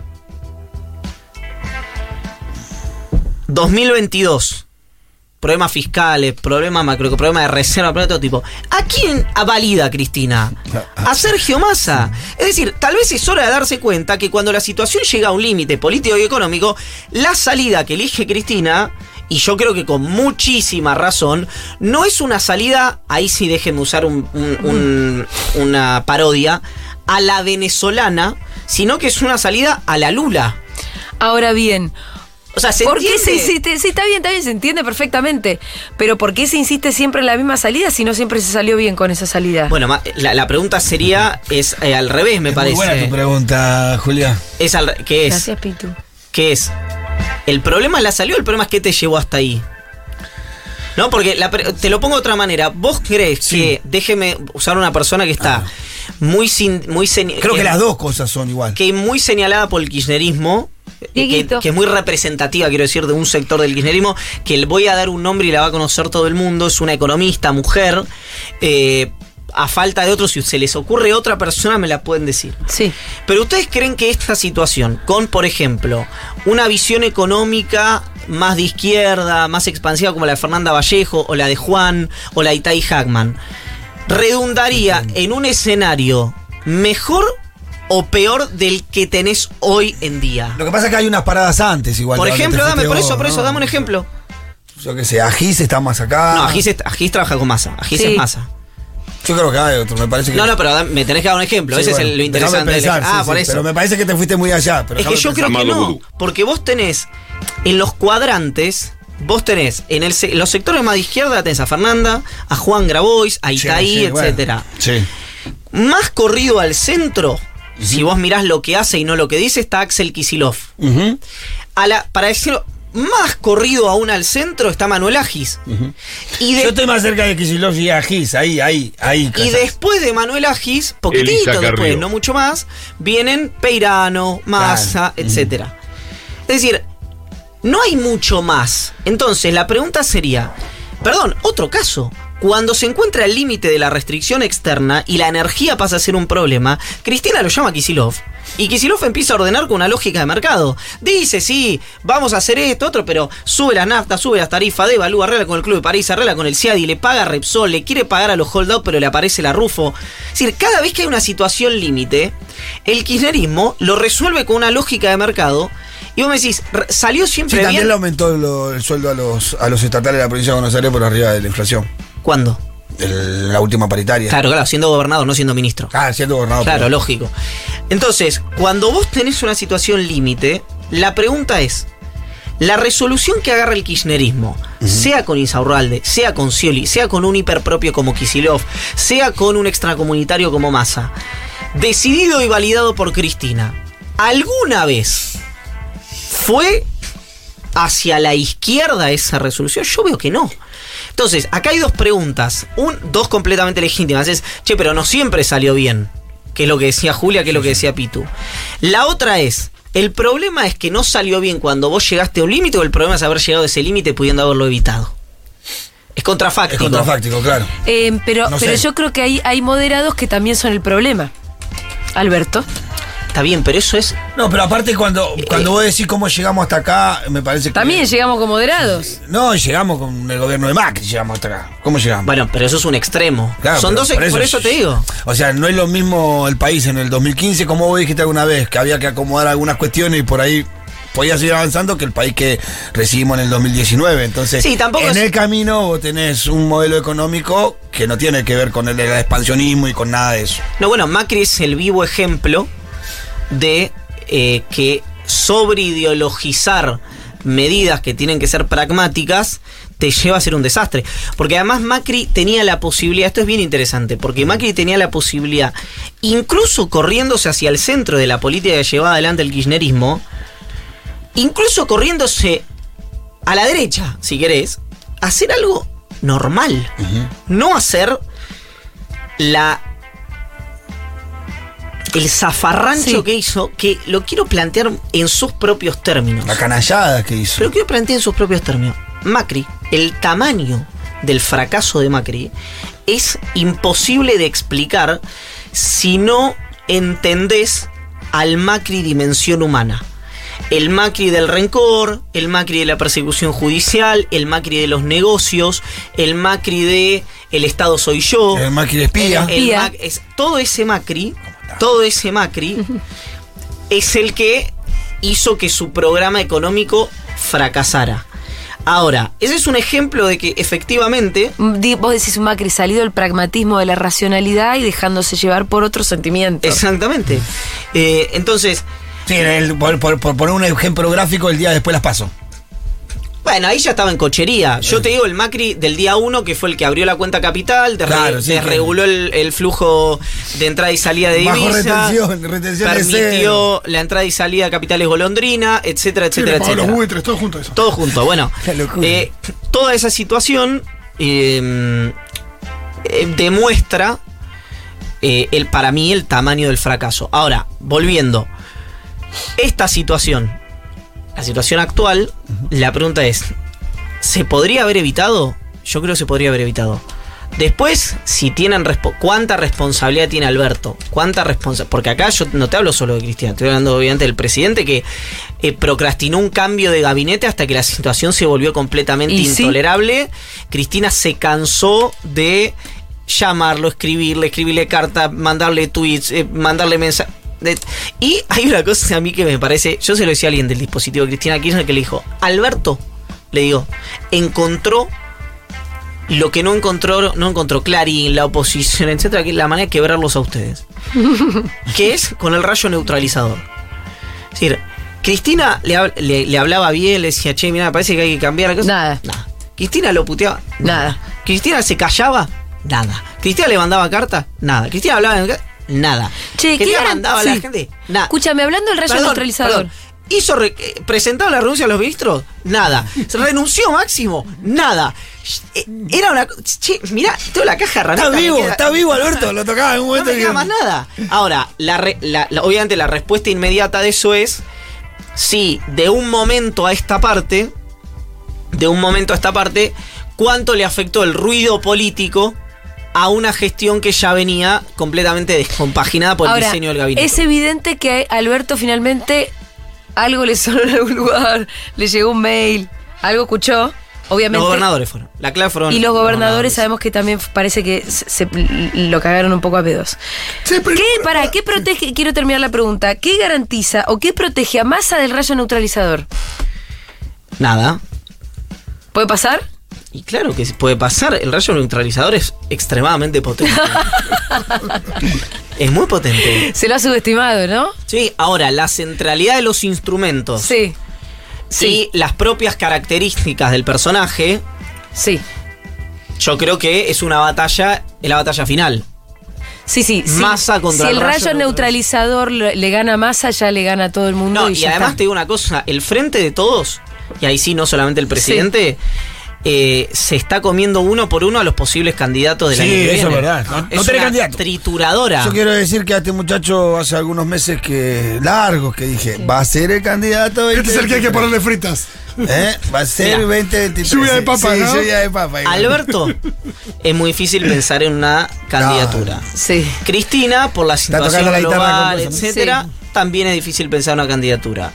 D: 2022. Problemas fiscales, problemas macro, problemas de reserva, problemas de todo tipo. ¿A quién avalida Cristina? A Sergio Massa. Es decir, tal vez es hora de darse cuenta que cuando la situación llega a un límite político y económico, la salida que elige Cristina, y yo creo que con muchísima razón, no es una salida, ahí sí déjenme usar un- un- un- una parodia, a la venezolana, sino que es una salida a la Lula.
A: Ahora bien,
D: O sea, se
A: ¿por qué
D: entiende?
A: se insiste? Sí, está bien, está bien, se entiende perfectamente. Pero ¿por qué se insiste siempre en la misma salida si no siempre se salió bien con esa salida?
D: Bueno, ma- la, la pregunta sería, es eh, al revés, me
C: Ah. Es
D: parece.
C: Muy buena tu pregunta, Julia.
D: es al, re- ¿Qué es?
A: Gracias, Pitu.
D: ¿Qué es? ¿El problema es la salida o el problema es que te llevó hasta ahí? No, porque la pre- te lo pongo de otra manera. ¿Vos crees que, déjeme usar una persona que está muy sin, muy sen-
C: Ah. Creo que las dos cosas son igual.
D: Eh, que muy señalada por el kirchnerismo, eh, que,
A: Dieguito.
D: que es muy representativa, quiero decir, de un sector del kirchnerismo, que le voy a dar un nombre y la va a conocer todo el mundo, es una economista, mujer, eh, a falta de otro, si se les ocurre otra persona, me la pueden decir.
A: Sí.
D: Pero ustedes creen que esta situación, con por ejemplo, una visión económica más de izquierda, más expansiva como la de Fernanda Vallejo o la de Juan o la de Itai Hackman, redundaría en un escenario mejor o peor del que tenés hoy en día?
C: Lo que pasa es que hay unas paradas antes igual.
D: Por
C: de donde
D: ejemplo,
C: te
D: dame,
C: fuiste
D: por
C: vos,
D: eso, por eso,
C: ¿no? Ah.
D: dame un ejemplo.
C: Yo qué sé, Agis está más acá.
D: No, Agis, es- Agis trabaja con masa, Agis
A: Sí.
D: es masa.
C: Yo creo que hay otro, me parece que.
D: No, no, pero dame- me tenés que dar un ejemplo,
C: Sí,
D: ese es
C: bueno,
D: el- lo
C: déjame
D: interesante. del-
C: pensar,
D: ah,
C: sí,
D: por
C: sí,
D: eso.
C: Pero me parece que te fuiste muy allá. Pero
D: Es que
C: déjame
D: yo creo
C: pensar.
D: que
E: Amado
D: no,
E: vudú.
D: porque vos tenés en los cuadrantes, vos tenés en el, se- los sectores más de izquierda tenés a Fernanda, a Juan Grabois, a
C: Sí,
D: Itaí,
C: sí, bueno.
D: etcétera.
C: Sí.
D: Más corrido al centro, si vos mirás lo que hace y no lo que dice, está Axel Kisilov.
C: Ujú.
D: A la, para decirlo, más corrido aún al centro está Manuel Agis. y, de-
C: Yo estoy más cerca de Kicillof y Agis, ahí, ahí, ahí.
D: y
C: casa.
D: después de Manuel Agis, poquitito
E: Elisa
D: después,
E: Carrió.
D: no mucho más, vienen Peirano, Massa,
C: Claro.
D: etcétera. Es decir, no hay mucho más. Entonces, la pregunta sería, perdón, otro caso. Cuando se encuentra el límite de la restricción externa y la energía pasa a ser un problema, Cristina lo llama a Kisilov. Y Kisilov empieza a ordenar con una lógica de mercado. Dice, sí, vamos a hacer esto, otro, pero sube la nafta, sube las tarifas, devalúa, arregla con el Club de París, arregla con el CIADI, le paga a Repsol, le quiere pagar a los holdouts, pero le aparece la Rufo. Es decir, cada vez que hay una situación límite, el kirchnerismo lo resuelve con una lógica de mercado. Y vos me decís, re- salió
C: Sí,
D: siempre
C: también
D: bien.
C: le aumentó lo- el sueldo a los, a los estatales de la provincia de Buenos Aires por arriba de la inflación.
D: ¿Cuándo?
C: El- la última paritaria.
D: Claro, claro, siendo gobernador, no siendo ministro.
C: Ah, siendo gobernador.
D: Claro,
C: pero-
D: lógico. Entonces, cuando vos tenés una situación límite, la pregunta es, la resolución que agarra el kirchnerismo, sea con Insaurralde, sea con Scioli, sea con un hiperpropio como Kisilov, sea con un extracomunitario como Massa, decidido y validado por Cristina, ¿alguna vez fue hacia la izquierda esa resolución? Yo veo que no. Entonces, acá hay dos preguntas, un, dos completamente legítimas. Es, che, pero no siempre salió bien, que es lo que decía Julia, que es lo que decía Pitu. La otra es, el problema es que no salió bien cuando vos llegaste a un límite o el problema es haber llegado a ese límite pudiendo haberlo evitado. Es
C: Es
D: contrafáctico.
C: contrafáctico, claro.
A: Eh, pero
C: No
A: pero
C: sé.
A: yo creo que hay, hay moderados que también son el problema. Alberto.
D: Está bien, pero eso es
C: No, pero aparte cuando,
D: Eh,
C: cuando vos decís cómo llegamos hasta acá, me parece que...
A: También llegamos con moderados.
C: No, llegamos con el gobierno de Macri, llegamos hasta acá. ¿Cómo llegamos?
D: Bueno, pero eso es un extremo.
C: Claro,
D: Son
C: pero
D: dos, ex- por eso, te digo.
C: O sea, no es lo mismo el país en el 2015, como vos dijiste alguna vez, que había que acomodar algunas cuestiones y por ahí podías seguir avanzando que el país que recibimos en el 2019. Entonces,
D: Sí, tampoco
C: en
D: es-
C: el camino vos tenés un modelo económico que no tiene que ver con el, el expansionismo y con nada de eso.
D: No, bueno, Macri es el vivo ejemplo de eh, que sobreideologizar medidas que tienen que ser pragmáticas te lleva a ser un desastre. Porque además Macri tenía la posibilidad, esto es bien interesante, porque Macri tenía la posibilidad, incluso corriéndose hacia el centro de la política que llevaba adelante el kirchnerismo, incluso corriéndose a la derecha, si querés, hacer algo normal. No hacer la. El zafarrancho
A: Sí.
D: que hizo, que lo quiero plantear en sus propios términos.
C: La canallada que hizo.
D: Pero quiero plantear en sus propios términos. Macri, el tamaño del fracaso de Macri es imposible de explicar si no entendés al Macri dimensión humana. El Macri del rencor, el Macri de la persecución judicial, el Macri de los negocios, el Macri de el Estado soy yo.
C: El Macri espía.
D: El
A: Pía.
D: Mac- es- todo ese Macri, todo ese Macri es el que hizo que su programa económico fracasara. Ahora, ese es un ejemplo de que efectivamente
A: Mm, Di- Vos decís un Macri salido del pragmatismo de la racionalidad y dejándose llevar por otros sentimientos.
D: Exactamente. Eh, entonces,
C: Sí, el- por, por- por poner un ejemplo gráfico, el día después las paso.
D: bueno, ahí ya estaba en cochería. Yo te digo el Macri del día 1, que fue el que abrió la cuenta capital, desre-
C: Claro, sí,
D: desreguló el, el flujo de entrada y salida de
C: Bajo
D: divisa,
C: retención, retención de
D: permitió la entrada y salida de capitales golondrina, etcétera,
B: Sí, le
D: etcétera,
B: pagó los
D: etcétera.
B: buitres, todo junto eso.
D: Todo junto, bueno.
C: La locura.
D: eh, toda esa situación eh, eh, demuestra eh, el, para mí el tamaño del fracaso. Ahora, volviendo. Esta situación, la situación actual, la pregunta es, ¿se podría haber evitado? Yo creo que se podría haber evitado. Después, si tienen respo- cuánta responsabilidad tiene Alberto, cuánta responsabilidad, porque acá yo no te hablo solo de Cristian, estoy hablando obviamente del presidente que eh, procrastinó un cambio de gabinete hasta que la situación se volvió completamente
A: Y sí.
D: intolerable. Cristina se cansó de llamarlo, escribirle, escribirle cartas, mandarle tweets, eh, mandarle mensajes. Y hay una cosa a mí que me parece, yo se lo decía a alguien del dispositivo de Cristina Kirchner que le dijo, Alberto, le digo, encontró lo que no encontró, no encontró Clarín, la oposición, etcétera, que es la manera de quebrarlos a ustedes. que es con el rayo neutralizador. Es decir, Cristina le, hab- le- le hablaba bien, le decía, che, mira, parece que hay que cambiar la cosa.
A: Nada.
D: Cristina lo puteaba.
A: Nada.
D: Cristina se callaba. Nada. Cristina le mandaba carta. Nada. Cristina hablaba. en- Nada.
A: Che, ¿qué
D: Cristina
A: garan-
D: mandaba a la
A: sí.
D: gente. Nada.
A: Escúchame, hablando del rayo
D: Perdón,
A: neutralizador.
D: perdón. ¿Hizo re- eh, presentaba la renuncia a los ministros? Nada. ¿Se renunció Máximo? Nada. Eh, Era una. co- Che, mirá, toda la caja ranita.
C: Está
D: me
C: vivo,
D: queda-
C: está vivo Alberto, lo tocaba en un
D: No
C: momento
D: me queda
C: que-
D: más nada. Ahora, la re- la- la- obviamente la respuesta inmediata de eso es. Si de un momento a esta parte. De un momento a esta parte. cuánto le afectó el ruido político a una gestión que ya venía completamente descompaginada por el
A: Ahora,
D: diseño del gabinete.
A: es evidente que a Alberto finalmente algo le sonó en algún lugar, le llegó un mail, algo escuchó, obviamente.
D: los gobernadores fueron. La clave fueron.
A: Y los gobernadores sabemos que también parece que se, se- lo cagaron un poco a pedos.
B: Sí, pero-
A: ¿Qué, para, ¿qué protege? Quiero terminar la pregunta. ¿Qué garantiza o qué protege a masa del rayo neutralizador?
D: Nada.
A: ¿Puede pasar?
D: Y claro que puede pasar. El rayo neutralizador es extremadamente potente. es muy potente.
A: Se lo ha subestimado, ¿no?
D: Sí, ahora, la centralidad de los instrumentos
A: Sí, sí.
D: y las propias características del personaje,
A: sí.
D: yo creo que es una batalla, es la batalla final.
A: Sí, sí. sí.
D: Masa contra
A: si
D: el
A: el
D: rayo
A: rayo, neutralizador le, le gana a masa, ya le gana a todo el mundo.
D: No,
A: y,
D: y,
A: ya
D: además
A: está.
D: te digo una cosa, el frente de todos, y ahí sí no solamente el presidente, eh, se está comiendo uno por uno a los posibles candidatos de la
C: Sí,
D: año que
C: eso es
D: viene.
C: verdad. No- no
D: es
C: tenés
D: una
C: candidato.
D: trituradora.
C: Yo quiero decir que a este muchacho hace algunos meses que largos que dije, va a ser el candidato.
B: Este es el que hay que
C: 2023".
B: ponerle fritas.
C: ¿Eh? Va a ser
D: Mira.
C: 2023.
B: Lluvia de papa,
C: Sí,
B: ¿no?
C: lluvia de papa.
D: Alberto, es muy difícil pensar en una candidatura.
A: Sí.
D: Cristina, por la situación
C: tocando la guitarra
D: global,
C: con cosas,
A: ¿no?
D: etcétera, también es difícil pensar en una candidatura.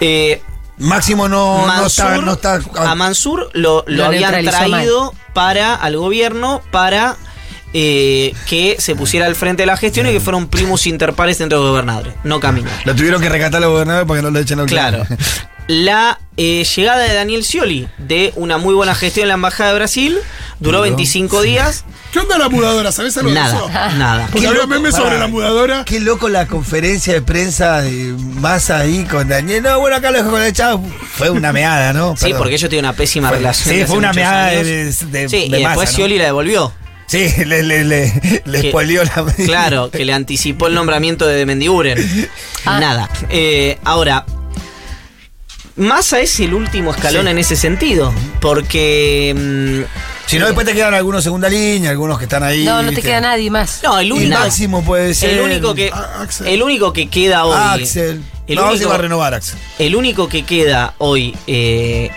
D: Eh,
C: Máximo no, no está.
D: Mansur-
C: No está ah.
D: a Mansur lo, lo
A: Lo
D: habían
A: neutralizó
D: traído para al gobierno para eh, que se pusiera al frente de la gestión y que fueron primus inter pares entre los gobernadores. No caminar.
C: lo tuvieron que recatar los gobernadores para que no lo echen al
D: Claro. La eh, llegada de Daniel Scioli de una muy buena gestión en la Embajada de Brasil duró 25 días.
B: ¿Qué onda la mudadora? ¿Sabés algo de eso?
D: Nada, nada.
B: Porque
C: Qué
B: había
C: loco,
B: memes
C: pará.
B: sobre la mudadora.
C: Qué loco la conferencia de prensa de Massa ahí con Daniel. No, bueno, acá lo dejó con el chavo. Fue una meada, ¿no?
D: Sí,
C: Perdón.
D: porque ellos tienen una pésima
C: Fue-
D: relación.
C: sí,
D: de hace
C: fue una
D: muchos
C: meada de-
D: años.
C: de-
D: Sí,
C: de
D: y
C: Massa,
D: después
C: ¿no?
D: Scioli la devolvió.
C: Sí, le, le, le, le
D: Que-
C: spoileó la
D: Claro, que le anticipó el nombramiento de Mendiguren.
A: Ah.
D: Nada. Eh, ahora, Massa es el último escalón en ese sentido, porque... mm,
C: Si no, después te quedan algunos segunda línea, algunos que están ahí.
A: No, no te
C: ¿viste?
A: queda nadie más.
D: no, el
C: Y
D: único...
C: máximo puede ser.
D: el único que...
B: A- Ah, Axel.
D: El único que queda hoy...
C: Axel.
D: El,
C: no, se va a
D: único,
C: renovar, Axel.
D: el único que queda hoy eh,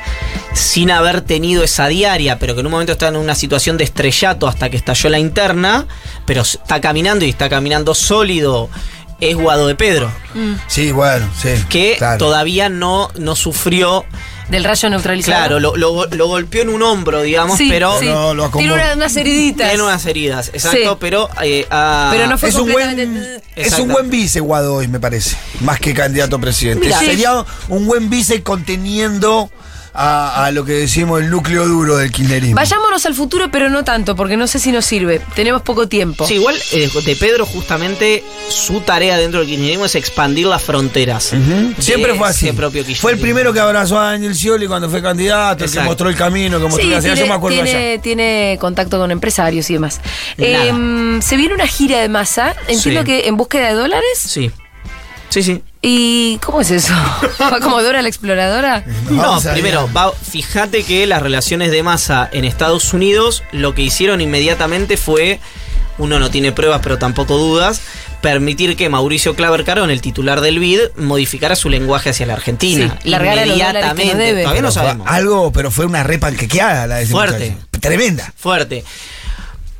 D: sin haber tenido esa diaria, pero que en un momento está en una situación de estrellato hasta que estalló la interna, pero está caminando y está caminando sólido, es Guado de Pedro.
C: Sí, bueno, sí.
D: que
C: claro.
D: todavía no, no sufrió.
A: Del rayo neutralizador.
D: Claro, lo, lo- lo golpeó en un hombro, digamos,
A: Sí,
D: pero
A: sí.
C: No, lo acomodó.
A: Tiene una- unas heriditas.
D: tiene unas heridas. Exacto,
A: Sí.
D: pero. eh, ah,
A: Pero no fue
C: Es un, buen,
A: completamente-
C: es un buen vice Guado hoy, me parece. Más que candidato a presidente.
A: Mirá.
C: Sería un buen vice conteniendo a, a lo que decimos el núcleo duro del kirchnerismo.
A: Vayámonos al futuro, pero no tanto, porque no sé si nos sirve. Tenemos poco tiempo.
D: Sí, igual eh, de Pedro, justamente su tarea dentro del kirchnerismo es expandir las fronteras.
C: Ujú.
D: de
C: Siempre fue así.
D: ese propio kirchnerismo.
C: Fue el primero que abrazó a Daniel Scioli cuando fue candidato, el que
D: Exacto.
C: mostró el camino, que mostró
A: Sí,
C: la ciudad. Yo me
A: tiene,
C: acuerdo allá.
A: tiene, tiene contacto con empresarios y demás.
D: Nada.
A: Em, se viene una gira de masa, entiendo
D: Sí.
A: que en búsqueda de dólares.
D: Sí. Sí, sí.
A: ¿Y cómo es eso? ¿Va como Dora la exploradora?
C: Nos
D: No,
C: vamos a ir.
D: primero, va- fíjate que las relaciones de masa en Estados Unidos lo que hicieron inmediatamente fue, uno no tiene pruebas pero tampoco dudas, permitir que Mauricio Claver Carón, el titular del BID, modificara su lenguaje hacia la Argentina.
A: Sí, largar a los dólares que nos debe.
D: Todavía no
C: Pero ah, fue
D: sabemos.
C: Algo, pero fue una repanquequeada la de ese
D: Fuerte.
C: muchacho. Tremenda.
D: Fuerte.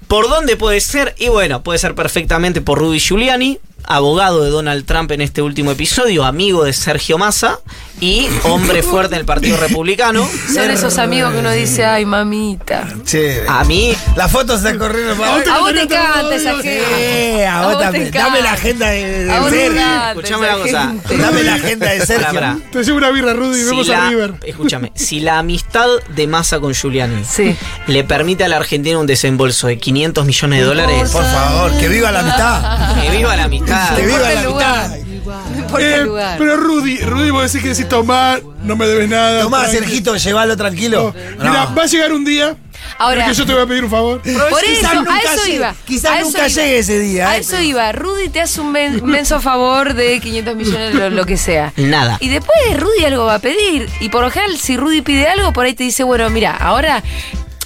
D: ¿Por dónde puede ser? Y bueno, puede ser perfectamente por Rudy Giuliani, abogado de Donald Trump en este último episodio, amigo de Sergio Massa y hombre fuerte en el Partido Republicano.
A: Son esos amigos que uno dice, ay, mamita.
C: Che.
D: A mí
C: Ah, Las fotos están corriendo para
A: A vos te encanta esa
C: Sí,
A: gente.
C: Eh, a vos también.
A: encanta.
C: Dame la agenda de, de
A: A vos te
C: Sergio.
A: encanta
D: Escuchame
A: esa
D: una cosa.
A: gente.
C: Dame la agenda de Sergio.
D: Pará,
B: Te llevo una birra, Rudy, y
D: Si
B: vemos
D: la-
B: a River.
D: Escúchame, si la amistad de Massa con Giuliani
A: Sí.
D: le permite a la Argentina un desembolso de 500 millones de dólares,
C: Por favor, que viva la amistad.
D: que viva la amistad.
C: Que
A: No
C: viva
A: importa
C: la
A: el
C: amistad.
A: Ah. lugar. No importa
B: Eh,
A: el lugar.
B: pero Rudy, Rudy, vos decís que decís tomá, no me debes nada.
C: Tomá,
B: tranqui".
C: Sergito, llévalo tranquilo. No.
B: Mira, va a llegar un día
A: Ahora-
B: en el que yo te voy a pedir un favor.
A: Por
C: Quizás
A: eso,
C: nunca
A: a eso
C: llegue,
A: iba.
C: quizás
A: a eso
C: nunca llegue ese día,
A: A
C: eh,
A: eso
C: pero-
A: iba. Rudy te hace un men- menso favor de 500 millones, lo, lo que sea.
D: Nada.
A: Y después Rudy algo va a pedir. Y por lo general, si Rudy pide algo, por ahí te dice, bueno, mira, ahora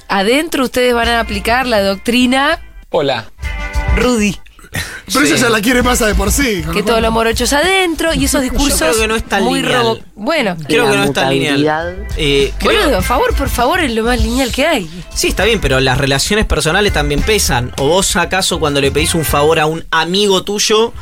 A: adentro ustedes van a aplicar la doctrina
E: Hola,
A: Rudy.
B: Pero ella ya la quiere pasa de por sí. con
A: que
B: lo
A: todo
B: cual-
A: lo morocho es adentro y esos discursos
D: Ah, creo que no es tan
A: muy
D: lineal.
A: robo- Bueno,
D: Creo que no es tan lineal.
E: mutabilidad.
D: Eh, creo-
A: boludo, a favor, por favor, es lo más lineal que hay.
D: Sí, está bien, pero las relaciones personales también pesan. ¿O vos acaso cuando le pedís un favor a un amigo tuyo,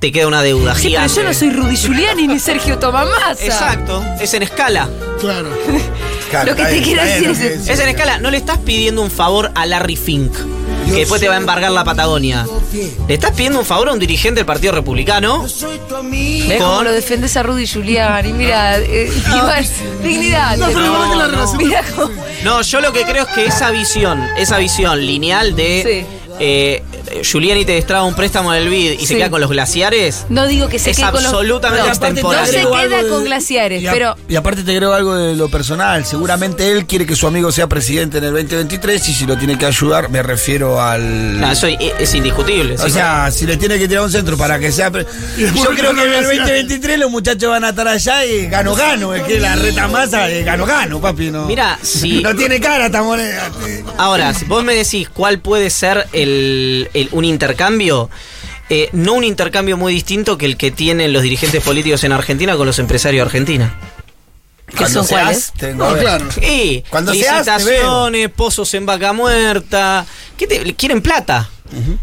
D: te queda una deuda
A: Sí, pero
D: gigante?
A: yo no soy Rudy Giuliani ni Sergio Tomamasa.
D: Exacto, es en escala.
B: Claro.
A: Lo que te quiero decir es-
D: Es en escala. No le estás pidiendo un favor a Larry Fink, que después te va a embargar la Patagonia. Le estás pidiendo un favor a un dirigente del Partido Republicano.
A: ¿Ves
D: Con-
A: cómo lo defendes a Rudy Giuliani? Mira, eh, igual, dignidad.
B: No, pero la verdad que la relación-
A: Mira cómo-
D: No, yo lo que creo es que esa visión, esa visión lineal de eh, Giuliani te destraba un préstamo del BID y
A: Sí.
D: se queda con los glaciares.
A: No digo que se
D: Es
A: quede con los-
D: absolutamente
A: No,
D: extemporáneo.
A: No se
D: Agrego
A: queda con glaciares,
C: y a-
A: pero
C: Y aparte te creo algo de lo personal. Seguramente él quiere que su amigo sea presidente en el 2023 y si lo tiene que ayudar, me refiero al...
D: No, eso es, es indiscutible.
C: O
D: sí.
C: sea, si le tiene que tirar un centro para que sea. pre-
B: Y después
C: Yo
B: que
C: creo
B: no
C: que en
B: lo
C: el
B: vean.
C: 2023 los muchachos van a estar allá y gano, gano. Es que la reta masa es gano, gano, papi. No,
D: Mira, si-
C: no tiene cara esta eh, moneda.
D: Ahora, si vos me decís cuál puede ser el, el- un intercambio, eh, no un intercambio muy distinto que el que tienen los dirigentes políticos en Argentina con los empresarios de Argentina.
A: ¿qué son cuáles?
C: Tengo,
B: No, claro.
D: Sí,
C: Cuando se hace,
D: licitaciones, pozos en vaca muerta, ¿qué te- quieren plata.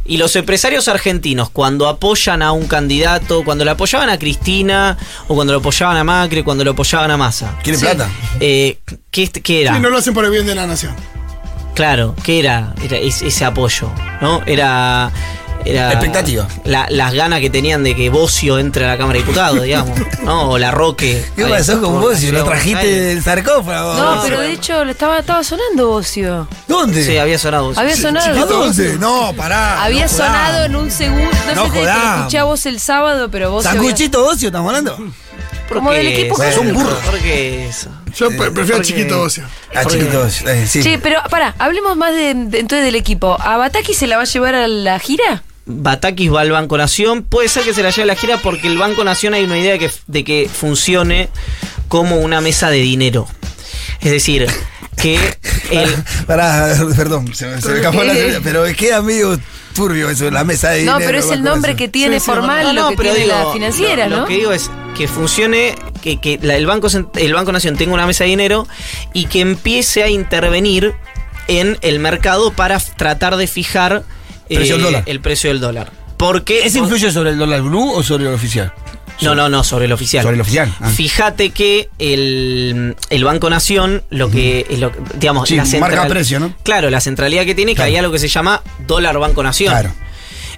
D: Y los empresarios argentinos, cuando apoyan a un candidato, cuando lo apoyaban a Cristina, o cuando lo apoyaban a Macri, cuando lo apoyaban a Massa,
C: ¿Quiere
A: Sí.
C: plata?
D: eh, ¿qué, qué era?
B: Y no lo hacen por el bien de la nación.
D: Claro, ¿qué era, Era es- ese apoyo? ¿No? Era. Era
C: La expectativa.
D: la- las ganas que tenían de que Bocio entre a la Cámara de Diputados, digamos. ¿no? O la Roque.
C: ¿Qué pasó con
D: Por
C: vos
D: la
C: si
D: ciudad
C: lo
D: de Buenos
C: trajiste
D: Aires.
C: del sarcófago?
A: No, pero de hecho lo estaba, estaba sonando Bocio.
C: ¿Dónde?
D: Sí, había sonado Bocio.
A: Había
C: ¿A
A: sonado.
C: dónde? No, pará.
A: Había
C: no jodá.
A: sonado en un segundo. No,
C: No
A: sé si te
C: jodá.
A: escuché a vos el sábado, pero vos.
C: ¿Sanguchito ocio estamos hablando?
A: Como del equipo
C: que- Son burros.
D: Porque eso.
B: Yo pre- prefiero a
D: porque-
B: Chiquito Ocio.
C: A chiquito ocio. eh, sí.
A: Che, pero pará, hablemos más de, de- entonces del equipo. ¿A Bataki se la va a llevar a la gira?
D: Batakis va al Banco Nación. Puede ser que se la lleve a la gira porque el Banco Nación hay una idea de que, de que funcione como una mesa de dinero. Es decir, que el,
C: Pará, perdón, se me, se me escapó la Pero queda medio turbio eso, la mesa de
A: No,
C: dinero,
A: pero es el
C: banco
A: nombre
C: nacional.
A: que tiene
B: Sí, sí,
A: formal
D: No,
A: lo
D: no,
A: que
D: pero
A: tiene
D: digo,
A: la financiera,
D: lo, lo
A: ¿no?
D: que digo es que funcione, que, que la- el, banco, Cent- el Banco Nación tenga una mesa de dinero y que empiece a intervenir en el mercado para f- tratar de fijar eh,
C: Precio del dólar.
D: el precio del dólar. Porque
C: ¿Ese influye sobre el dólar blue o sobre el oficial?
D: no, no, no, sobre el oficial.
C: Sobre el oficial. ah.
D: Fíjate que el, el Banco Nación, lo que, es lo que- digamos,
C: Sí, marca precio, ¿no?
D: Claro, la centralidad que tiene,
C: Claro.
D: que hay algo que se llama dólar Banco Nación.
C: Claro.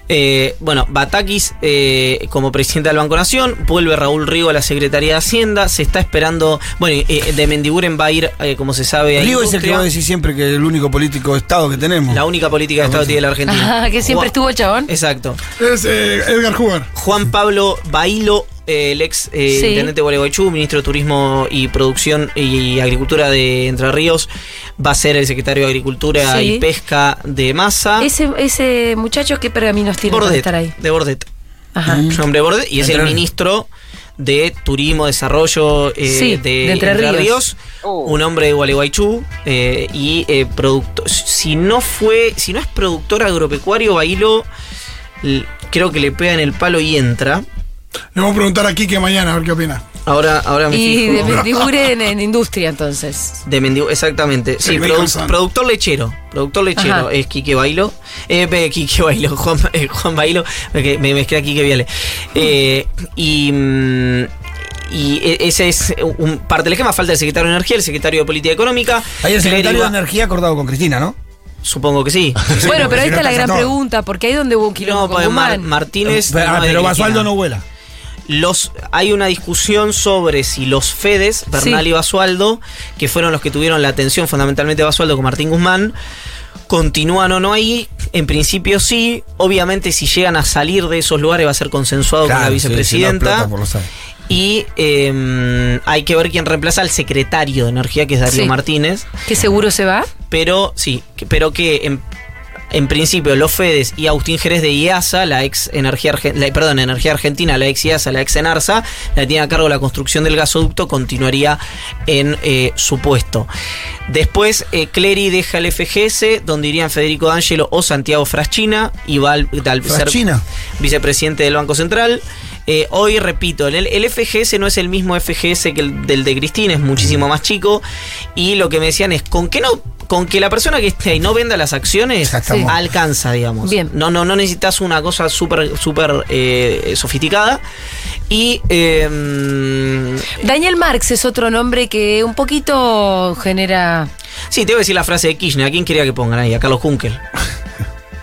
D: Eh, bueno, Batakis eh, como presidente del Banco Nación, vuelve Raúl Rigo a la Secretaría de Hacienda, se está esperando, bueno, eh, de Mendiguren va a ir, eh, como se sabe, a
C: Rigo es el que
D: Industria.
C: va a decir siempre que es el único político de Estado que tenemos.
D: la única política de Estado tiene la Argentina.
A: Ajá, Ah, que siempre
D: Juan-
A: estuvo el chabón.
D: Exacto.
B: Es eh, Edgar Hoover.
D: Juan Pablo Bailo, eh, el ex eh,
A: Sí.
D: intendente de Gualeguaychú, ministro de Turismo y Producción y Agricultura de Entre Ríos, va a ser el secretario de Agricultura
A: Sí.
D: y Pesca de Massa.
A: Ese, ese muchacho, ¿qué pergaminos tiene para
D: Bordet,
A: estar ahí?
D: de Bordet.
A: Ajá.
D: Su nombre es Bordet, y es el
C: Entre-
D: ministro de Turismo, Desarrollo eh,
A: Sí,
D: de,
A: de Entre Ríos.
D: un hombre de Gualeguaychú eh, y eh, productor. Si no fue, si no es productor agropecuario, Bailo l- creo que le pega en el palo y entra.
B: Le vamos a preguntar a Quique mañana a ver qué opina.
D: Ahora, ahora me
A: Y
D: fijo.
A: de Mendiguren en industria, entonces.
D: De Mendigo, exactamente. Sí,
B: El
D: produ-
B: Nicholson.
D: productor lechero. Productor lechero
A: Ajá.
D: es Quique Bailo. Eh, pe- Quique Bailo, Juan, eh, Juan Bailo. Me, me mezclé a Quique Viale. Eh, y. mm, y e- ese es un parte del esquema. Falta el secretario de Energía, el secretario de Política Económica.
C: Ahí el secretario
D: Clérigo-
C: de Energía acordado con Cristina, ¿no?
D: Supongo que sí.
A: bueno, pero
C: porque si
A: ahí
C: no
A: está la
C: alcanza
A: gran
C: todo.
A: pregunta, porque ahí donde hubo un quilombo
D: No,
A: con
D: pues, Mar-
A: Guzmán.
D: Martínez.
C: Ah,
D: no, de
C: pero
D: Cristina.
C: Basualdo no vuela.
D: los hay una discusión sobre si los Fedes, Bernal
A: Sí.
D: y Basualdo, que fueron los que tuvieron la atención fundamentalmente Basualdo con Martín Guzmán, continúan o no ahí. En principio sí, obviamente si llegan a salir de esos lugares va a ser consensuado con la
C: Claro, sí, si no
D: vicepresidenta.
C: explota por los aires.
D: y eh, hay que ver quién reemplaza al secretario de Energía, que es Darío
A: Sí.
D: Martínez
A: ¿Que seguro se va?
D: pero sí, que- pero que em, En principio, los Fedes y Agustín Jerez de IASA, la ex Energía, Arge- la- perdón, Energía Argentina, la ex IASA, la ex ENARSA, la tiene a cargo la construcción del gasoducto, continuaría en eh, su puesto. Después, eh, Clery deja el FGS, donde irían Federico D'Angelo o Santiago Fraschina, y va al, al- ser
C: Fraschina.
D: vicepresidente del Banco Central. Eh, hoy, repito, el, el FGS no es el mismo FGS que el del de Cristina, es muchísimo más chico. Y lo que me decían es, ¿con que no? Con que la persona que esté ahí no venda las acciones,
C: Exactamente.
A: Sí.
D: alcanza, digamos.
A: Bien.
D: No, no, no necesitas una cosa súper, súper eh, sofisticada. Y eh,
A: Daniel Marx es otro nombre que un poquito genera.
D: sí, te voy a decir la frase de Kirchner. ¿A quién quería que pongan ahí? A Carlos Kunkel.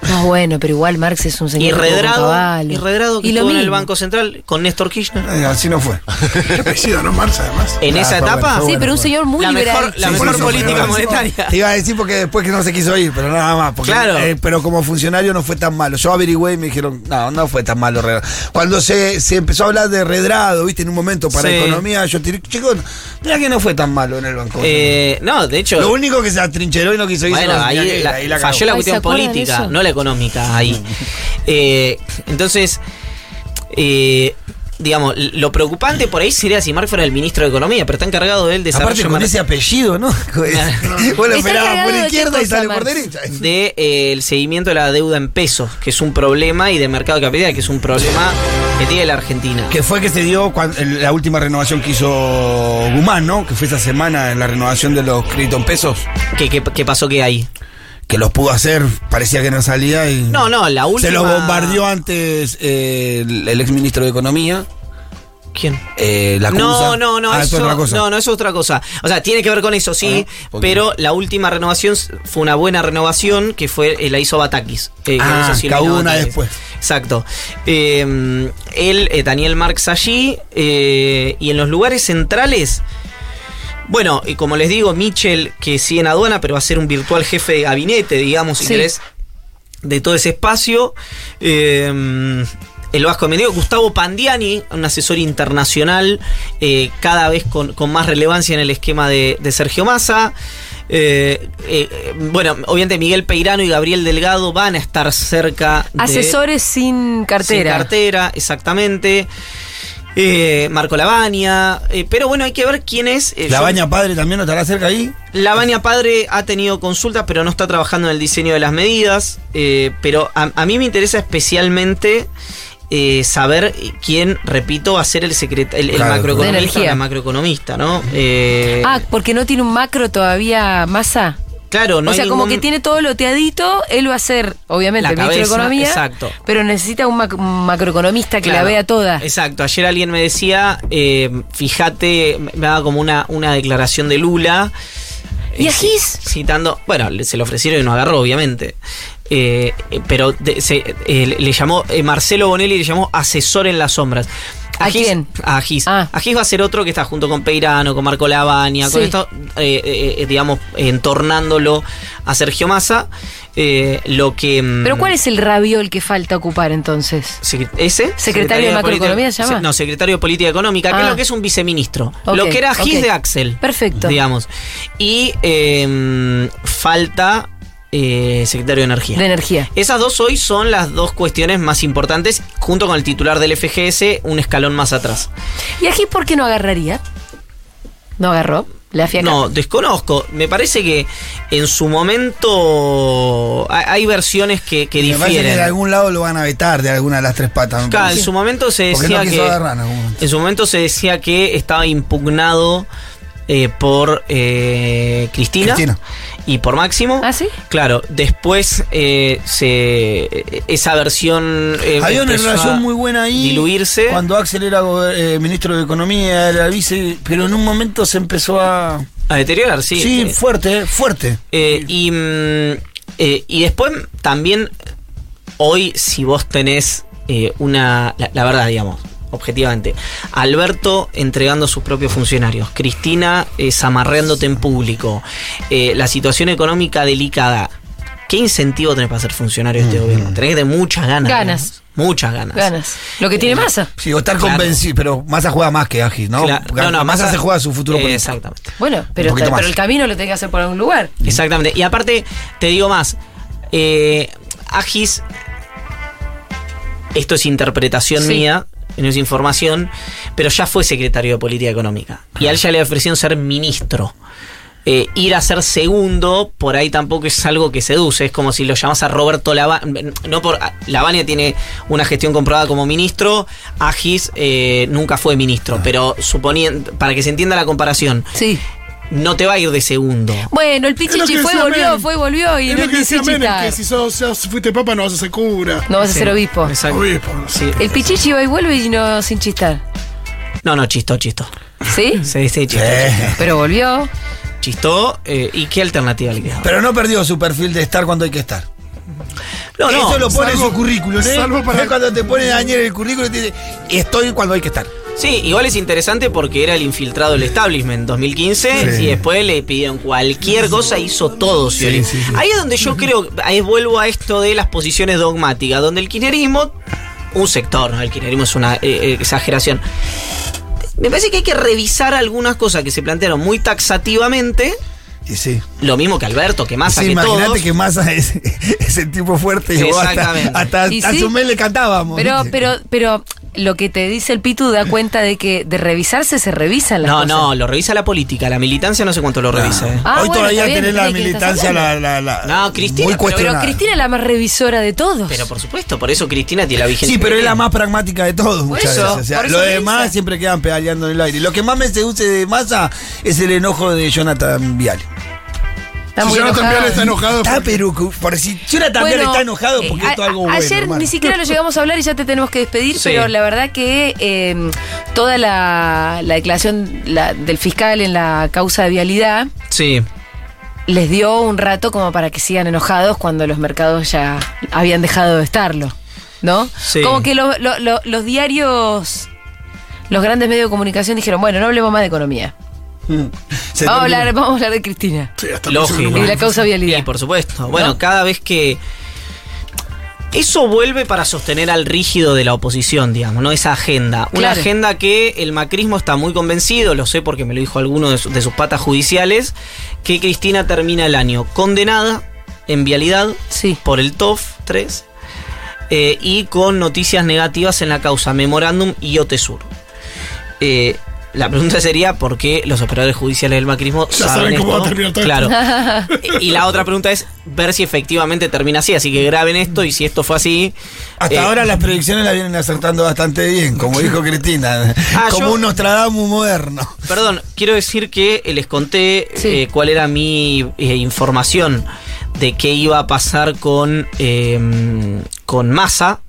A: No, bueno, pero igual Marx es un
D: Y
A: señor. que tuvo con
D: Redrado,
A: caballo.
D: y Redrado que
A: Y lo
D: estuvo en el
A: mismo.
D: Banco Central con Néstor Kirchner.
C: Eh, así no fue.
B: Qué apellido, ¿no? Marx, además.
D: En
C: Ah,
D: esa
C: está bueno,
D: etapa,
C: está
A: Sí,
C: bueno,
A: pero un señor muy
D: la
A: liberal.
D: mejor, la
C: Sí,
D: mejor
C: sí, sí,
D: política
C: sí, sí.
D: monetaria.
C: Te iba a decir porque después que no se quiso ir, pero nada más. porque,
D: Claro.
C: eh, pero como funcionario no fue tan malo. Yo averigüé y me dijeron, no, no fue tan malo. Redrado. Cuando se, se empezó a hablar de redrado, viste, en un momento para
D: Sí.
C: economía, yo tiré, chicos, mira que no fue tan malo en el banco.
D: Eh, no, de hecho,
C: Lo único que se atrincheró y no quiso ir
D: bueno,
C: se lo tenía
D: ahí
C: que-
D: la-
C: ahí la Mm. cagó.
D: falló la
A: Ay, ¿se
D: cuestión
A: acuerdan
D: política,
A: eso?
D: no la económica ahí. Eh, entonces, eh, digamos, lo preocupante por ahí sería si Mark fuera el ministro de Economía, pero está encargado del desarrollo
C: Aparte con
D: mar-
C: ese apellido, ¿no? bueno,
A: Está
C: esperaba
A: cagado
C: por
A: de qué
C: izquierda y
A: cosa,
C: sale por
A: Marx.
C: derecha.
D: de eh, el seguimiento de la deuda en pesos, que es un problema, y de mercado de capital, que es un problema que tiene la Argentina.
C: Que fue que se dio cuan- el- la última renovación que hizo Guzmán, ¿no? Que fue esa semana en la renovación de los créditos en pesos.
D: ¿Qué, qué, qué pasó que hay?
C: que los pudo hacer, parecía que no salía y.
D: No, no, la última.
C: Se los bombardeó antes eh, el, el exministro de Economía,
D: ¿Quién?
C: eh, la
D: No,
C: Cusa.
D: no, no,
C: Ah,
D: eso,
C: es otra cosa.
D: no, no, eso es otra cosa. O sea, tiene que ver con eso, sí,
C: Ah, ok.
D: pero la última renovación s- fue una buena renovación que fue eh, la hizo Batakis. eh, que
C: Ah,
D: no sé si
C: cada
D: lo vino
C: una
D: Batakis.
C: después.
D: Exacto. Eh, él, eh, Daniel Marx allí, eh, y en los lugares centrales... Bueno, y como les digo, Mitchell, que sigue en aduana, pero va a ser un virtual jefe de gabinete, digamos, si
A: Sí.
D: querés, de todo ese espacio. Eh, el Vasco de Mendigo, Gustavo Pandiani, un asesor internacional, eh, cada vez con, con más relevancia en el esquema de, de Sergio Massa. Eh, eh, eh, bueno, obviamente Miguel Peirano y Gabriel Delgado van a estar cerca de-
A: Asesores sin cartera.
D: sin cartera, exactamente. Eh, Marco Labaña. eh, pero bueno, hay que ver quién es. eh,
C: La
D: yo-
C: baña padre también no estará cerca ahí.
D: la Baña Padre ha tenido consultas, pero no está trabajando en el diseño de las medidas. eh, pero a, a mí me interesa especialmente eh, saber quién, repito, va a ser el secretario, el, el
C: Claro,
D: macroeconomista,
A: de energía.
D: la macroeconomista, ¿no? Eh,
A: Ah, porque no tiene un macro todavía masa.
D: claro, no
A: o
D: hay
A: sea, como
D: ningún-
A: que tiene todo loteadito, él va a ser, obviamente,
D: La
A: el ministro de
D: cabeza,
A: Economía.
D: exacto.
A: Pero necesita un, mac- un macroeconomista que
D: Claro.
A: la vea toda.
D: Exacto, ayer alguien me decía, eh, fíjate, me me daba como una, una declaración de Lula.
A: ¿Y a
D: eh,
A: Gis?
D: Citando, bueno, le- se lo ofrecieron y no agarró, obviamente. Eh, eh, pero de- se- eh, le- le llamó, eh, Marcelo Bonelli le llamó asesor en las sombras.
A: ¿A
D: Gis-
A: quién?
D: A Gis.
A: Ah.
D: A Gis va a ser otro que está junto con Peirano, con Marco Lavagna, con
A: Sí.
D: esto, eh, eh, eh, digamos, entornándolo a Sergio Massa. eh, lo que. mm,
A: Pero ¿cuál es el rabiol que falta ocupar entonces?
D: Secre- ¿Ese?
A: ¿Secretario de Macroeconomía se
D: Política-
A: llama?
D: se- No, secretario de Política Económica, que
A: Ah.
D: es lo que es un viceministro.
A: Ok,
D: lo que era GIS
A: ok.
D: de Axel.
A: Perfecto.
D: Digamos. Y eh, falta eh, secretario de Energía.
A: De energía.
D: Esas dos hoy son las dos cuestiones más importantes, junto con el titular del FGS, un escalón más atrás.
A: ¿Y a Gis por qué no agarraría? No agarró. La fiaca.
D: No, desconozco. Me parece que en su momento hay, hay versiones que, que
C: Me parece que de
D: difieren.
C: algún lado lo van a vetar de alguna de las tres patas. me
D: Claro, en
C: parece.
D: su momento se
C: Porque
D: decía
C: no quiso
D: que.
C: agarrar en algún momento.
D: En su momento se decía que estaba impugnado eh, por eh, Cristina,
C: Cristina.
D: y por Máximo.
A: ¿Ah, sí?
D: Claro, después eh, se, eh, esa versión... eh,
C: Había una
D: empezó a
C: relación muy buena ahí.
D: Diluirse.
C: Cuando Axel era gober- eh, ministro de Economía, era vice. Pero en un momento se empezó a.
D: A deteriorar, sí.
C: Sí,
D: Eh,
C: fuerte, eh, fuerte.
D: Eh, y, mm, eh, y después también, hoy si vos tenés eh, una, la, la verdad digamos, objetivamente, Alberto entregando a sus propios funcionarios, Cristina eh, zamarreándote en público, eh, la situación económica delicada. ¿Qué incentivo tenés para ser funcionario de este gobierno? Tenés de muchas ganas.
A: Ganas.
D: digamos, Muchas ganas.
A: Ganas. Lo que tiene
D: Eh,
A: masa.
C: Sí, o estar
D: Claro.
C: convencido. Pero Massa juega más que Agis, ¿no?
D: Cla-
C: Porque Massa se juega su futuro
D: eh,
C: político.
D: Exactamente.
A: Bueno,
C: Un
A: pero,
C: poquito más.
A: pero el camino lo tiene que hacer por algún lugar.
D: Exactamente. Y aparte, te digo más. Eh, Agis, esto es interpretación
A: Sí.
D: mía, no es información, pero ya fue secretario de Política Económica. Y a él ya le ofrecieron ser ministro. Eh, ir a ser segundo, por ahí tampoco es algo que seduce. Es como si lo llamas a Roberto Lavagna. No por, Lavagna tiene una gestión comprobada como ministro. Agis eh, nunca fue ministro. Pero suponiendo, para que se entienda la comparación,
A: Sí.
D: no te va a ir de segundo.
A: Bueno, el
B: Es lo que
A: Pichichi fue,
B: decía
A: volvió,
B: Menem.
A: fue y volvió y
B: es
A: no
B: lo que decía
A: quise
B: Menem,
A: chitar.
B: que si sos, sos- fuiste papa no vas a ser cura.
A: No vas a ser obispo.
D: Exacto.
B: Obispo, no sé.
D: Sí.
A: El Pichichi va y vuelve y no sin chistar.
D: No, no, chistó, chistó.
A: ¿Sí?
D: Sí, sí, chistó.
C: Eh,
A: Pero volvió.
D: Chistó. eh, ¿Y qué alternativa le quedaba?
C: Pero no perdió su perfil de estar cuando hay que estar.
D: No, no.
C: Eso lo pone
B: salvo-
C: en su currículum, ¿eh?
B: salvo para-
C: Es cuando te pone Daniel el currículum y te dice, estoy cuando hay que estar.
D: Sí, igual es interesante porque era el infiltrado del establishment en 2015
C: Sí.
D: y después le pidieron cualquier cosa, hizo todo, Scioli.
C: sí, sí.
D: Ahí es donde yo creo, ahí vuelvo a esto de las posiciones dogmáticas, donde el kirchnerismo, un sector, ¿no? el kirchnerismo es una eh, eh, exageración. Me parece que hay que revisar algunas cosas que se plantearon muy taxativamente,
C: Y sí.
D: lo mismo que Alberto, que más
C: Sí,
D: que todos.
C: imagínate que Massa es, es el tipo fuerte y vos hasta,
D: Exactamente.
C: hasta,
A: Y
C: hasta
A: sí.
C: su mes le cantábamos.
A: Pero,
C: ¿viste?
A: pero, pero lo que te dice el Pitu da cuenta de que de revisarse se revisan las
D: No,
A: cosas.
D: no, lo revisa la política, la militancia no sé cuánto lo revisa. eh.
A: Ah,
C: Hoy
A: bueno, está
C: todavía
A: bien,
C: tenés la
A: entendí que estás
C: militancia la, la, la-
D: No, Cristina,
C: muy
D: pero-
A: Pero
C: cuestionada.
A: Cristina es la más revisora de todos.
D: Pero por supuesto, por eso Cristina tiene la vigencia.
C: Sí, pero
D: que
C: es la
D: tiene.
C: más pragmática de todos muchas
A: eso,
C: veces. O sea,
A: por eso
C: lo
A: me
C: demás
A: gusta.
C: siempre quedan pedaleando en el aire. Lo que más me seduce de Massa es el enojo de Jonathan Vial.
A: Está
B: si
A: muy
B: Jonathan
A: enojada.
B: Pial está enojado.
C: Está
B: porque-
C: pero por si Jonathan Vial
A: Bueno,
C: está enojado porque
A: eh,
C: esto
A: a-
C: es algo
A: a-
C: bueno.
A: Ayer
C: hermano.
A: ni siquiera lo llegamos a hablar y ya te tenemos que despedir,
D: Sí.
A: pero la verdad que eh, toda la, la declaración la- del fiscal en la causa de vialidad
D: Sí.
A: les dio un rato como para que sigan enojados cuando los mercados ya habían dejado de estarlo, ¿no?
D: Sí.
A: Como que lo- lo- lo- los diarios, los grandes medios de comunicación dijeron, bueno, no hablemos más de economía.
C: Se
A: Vamos a,
C: terminó.
A: hablar, vamos a hablar de Cristina
B: Sí, hasta el
D: Lógico.
B: próximo
A: y de
B: lunes.
A: la causa vialidad.
D: Sí, por supuesto. Bueno,
A: ¿No?
D: cada vez que. Eso vuelve para sostener al rígido de la oposición, digamos, ¿no? Esa agenda. Una
A: Claro.
D: agenda que el macrismo está muy convencido, lo sé porque me lo dijo alguno de, su- de sus patas judiciales, que Cristina termina el año condenada en vialidad
A: Sí.
D: por el TOF 3 eh, y con noticias negativas en la causa Memorándum y OTESUR. Eh, la pregunta sería por qué los operadores judiciales del macrismo
B: Ya saben cómo va a terminar todo
D: Claro. Y la otra pregunta es ver si efectivamente termina así. Así que graben esto y si esto fue así.
C: Hasta
D: eh,
C: ahora las predicciones las vienen acertando bastante bien, como dijo Cristina.
D: Ah,
C: como
D: yo-
C: un Nostradamus moderno.
D: Perdón, quiero decir que les conté
A: Sí.
D: eh, cuál era mi eh, información de qué iba a pasar con, eh, con Massa.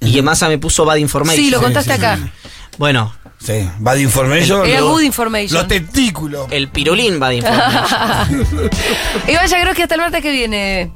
D: Y que Massa me puso bad information.
A: Sí, lo contaste
C: sí,
A: acá.
D: Bueno,
C: Sí, Bad Information.
A: Era
C: los-
A: good information.
C: Los testículos.
D: el pirulín bad information.
A: Iván, ya creo que hasta el martes que viene.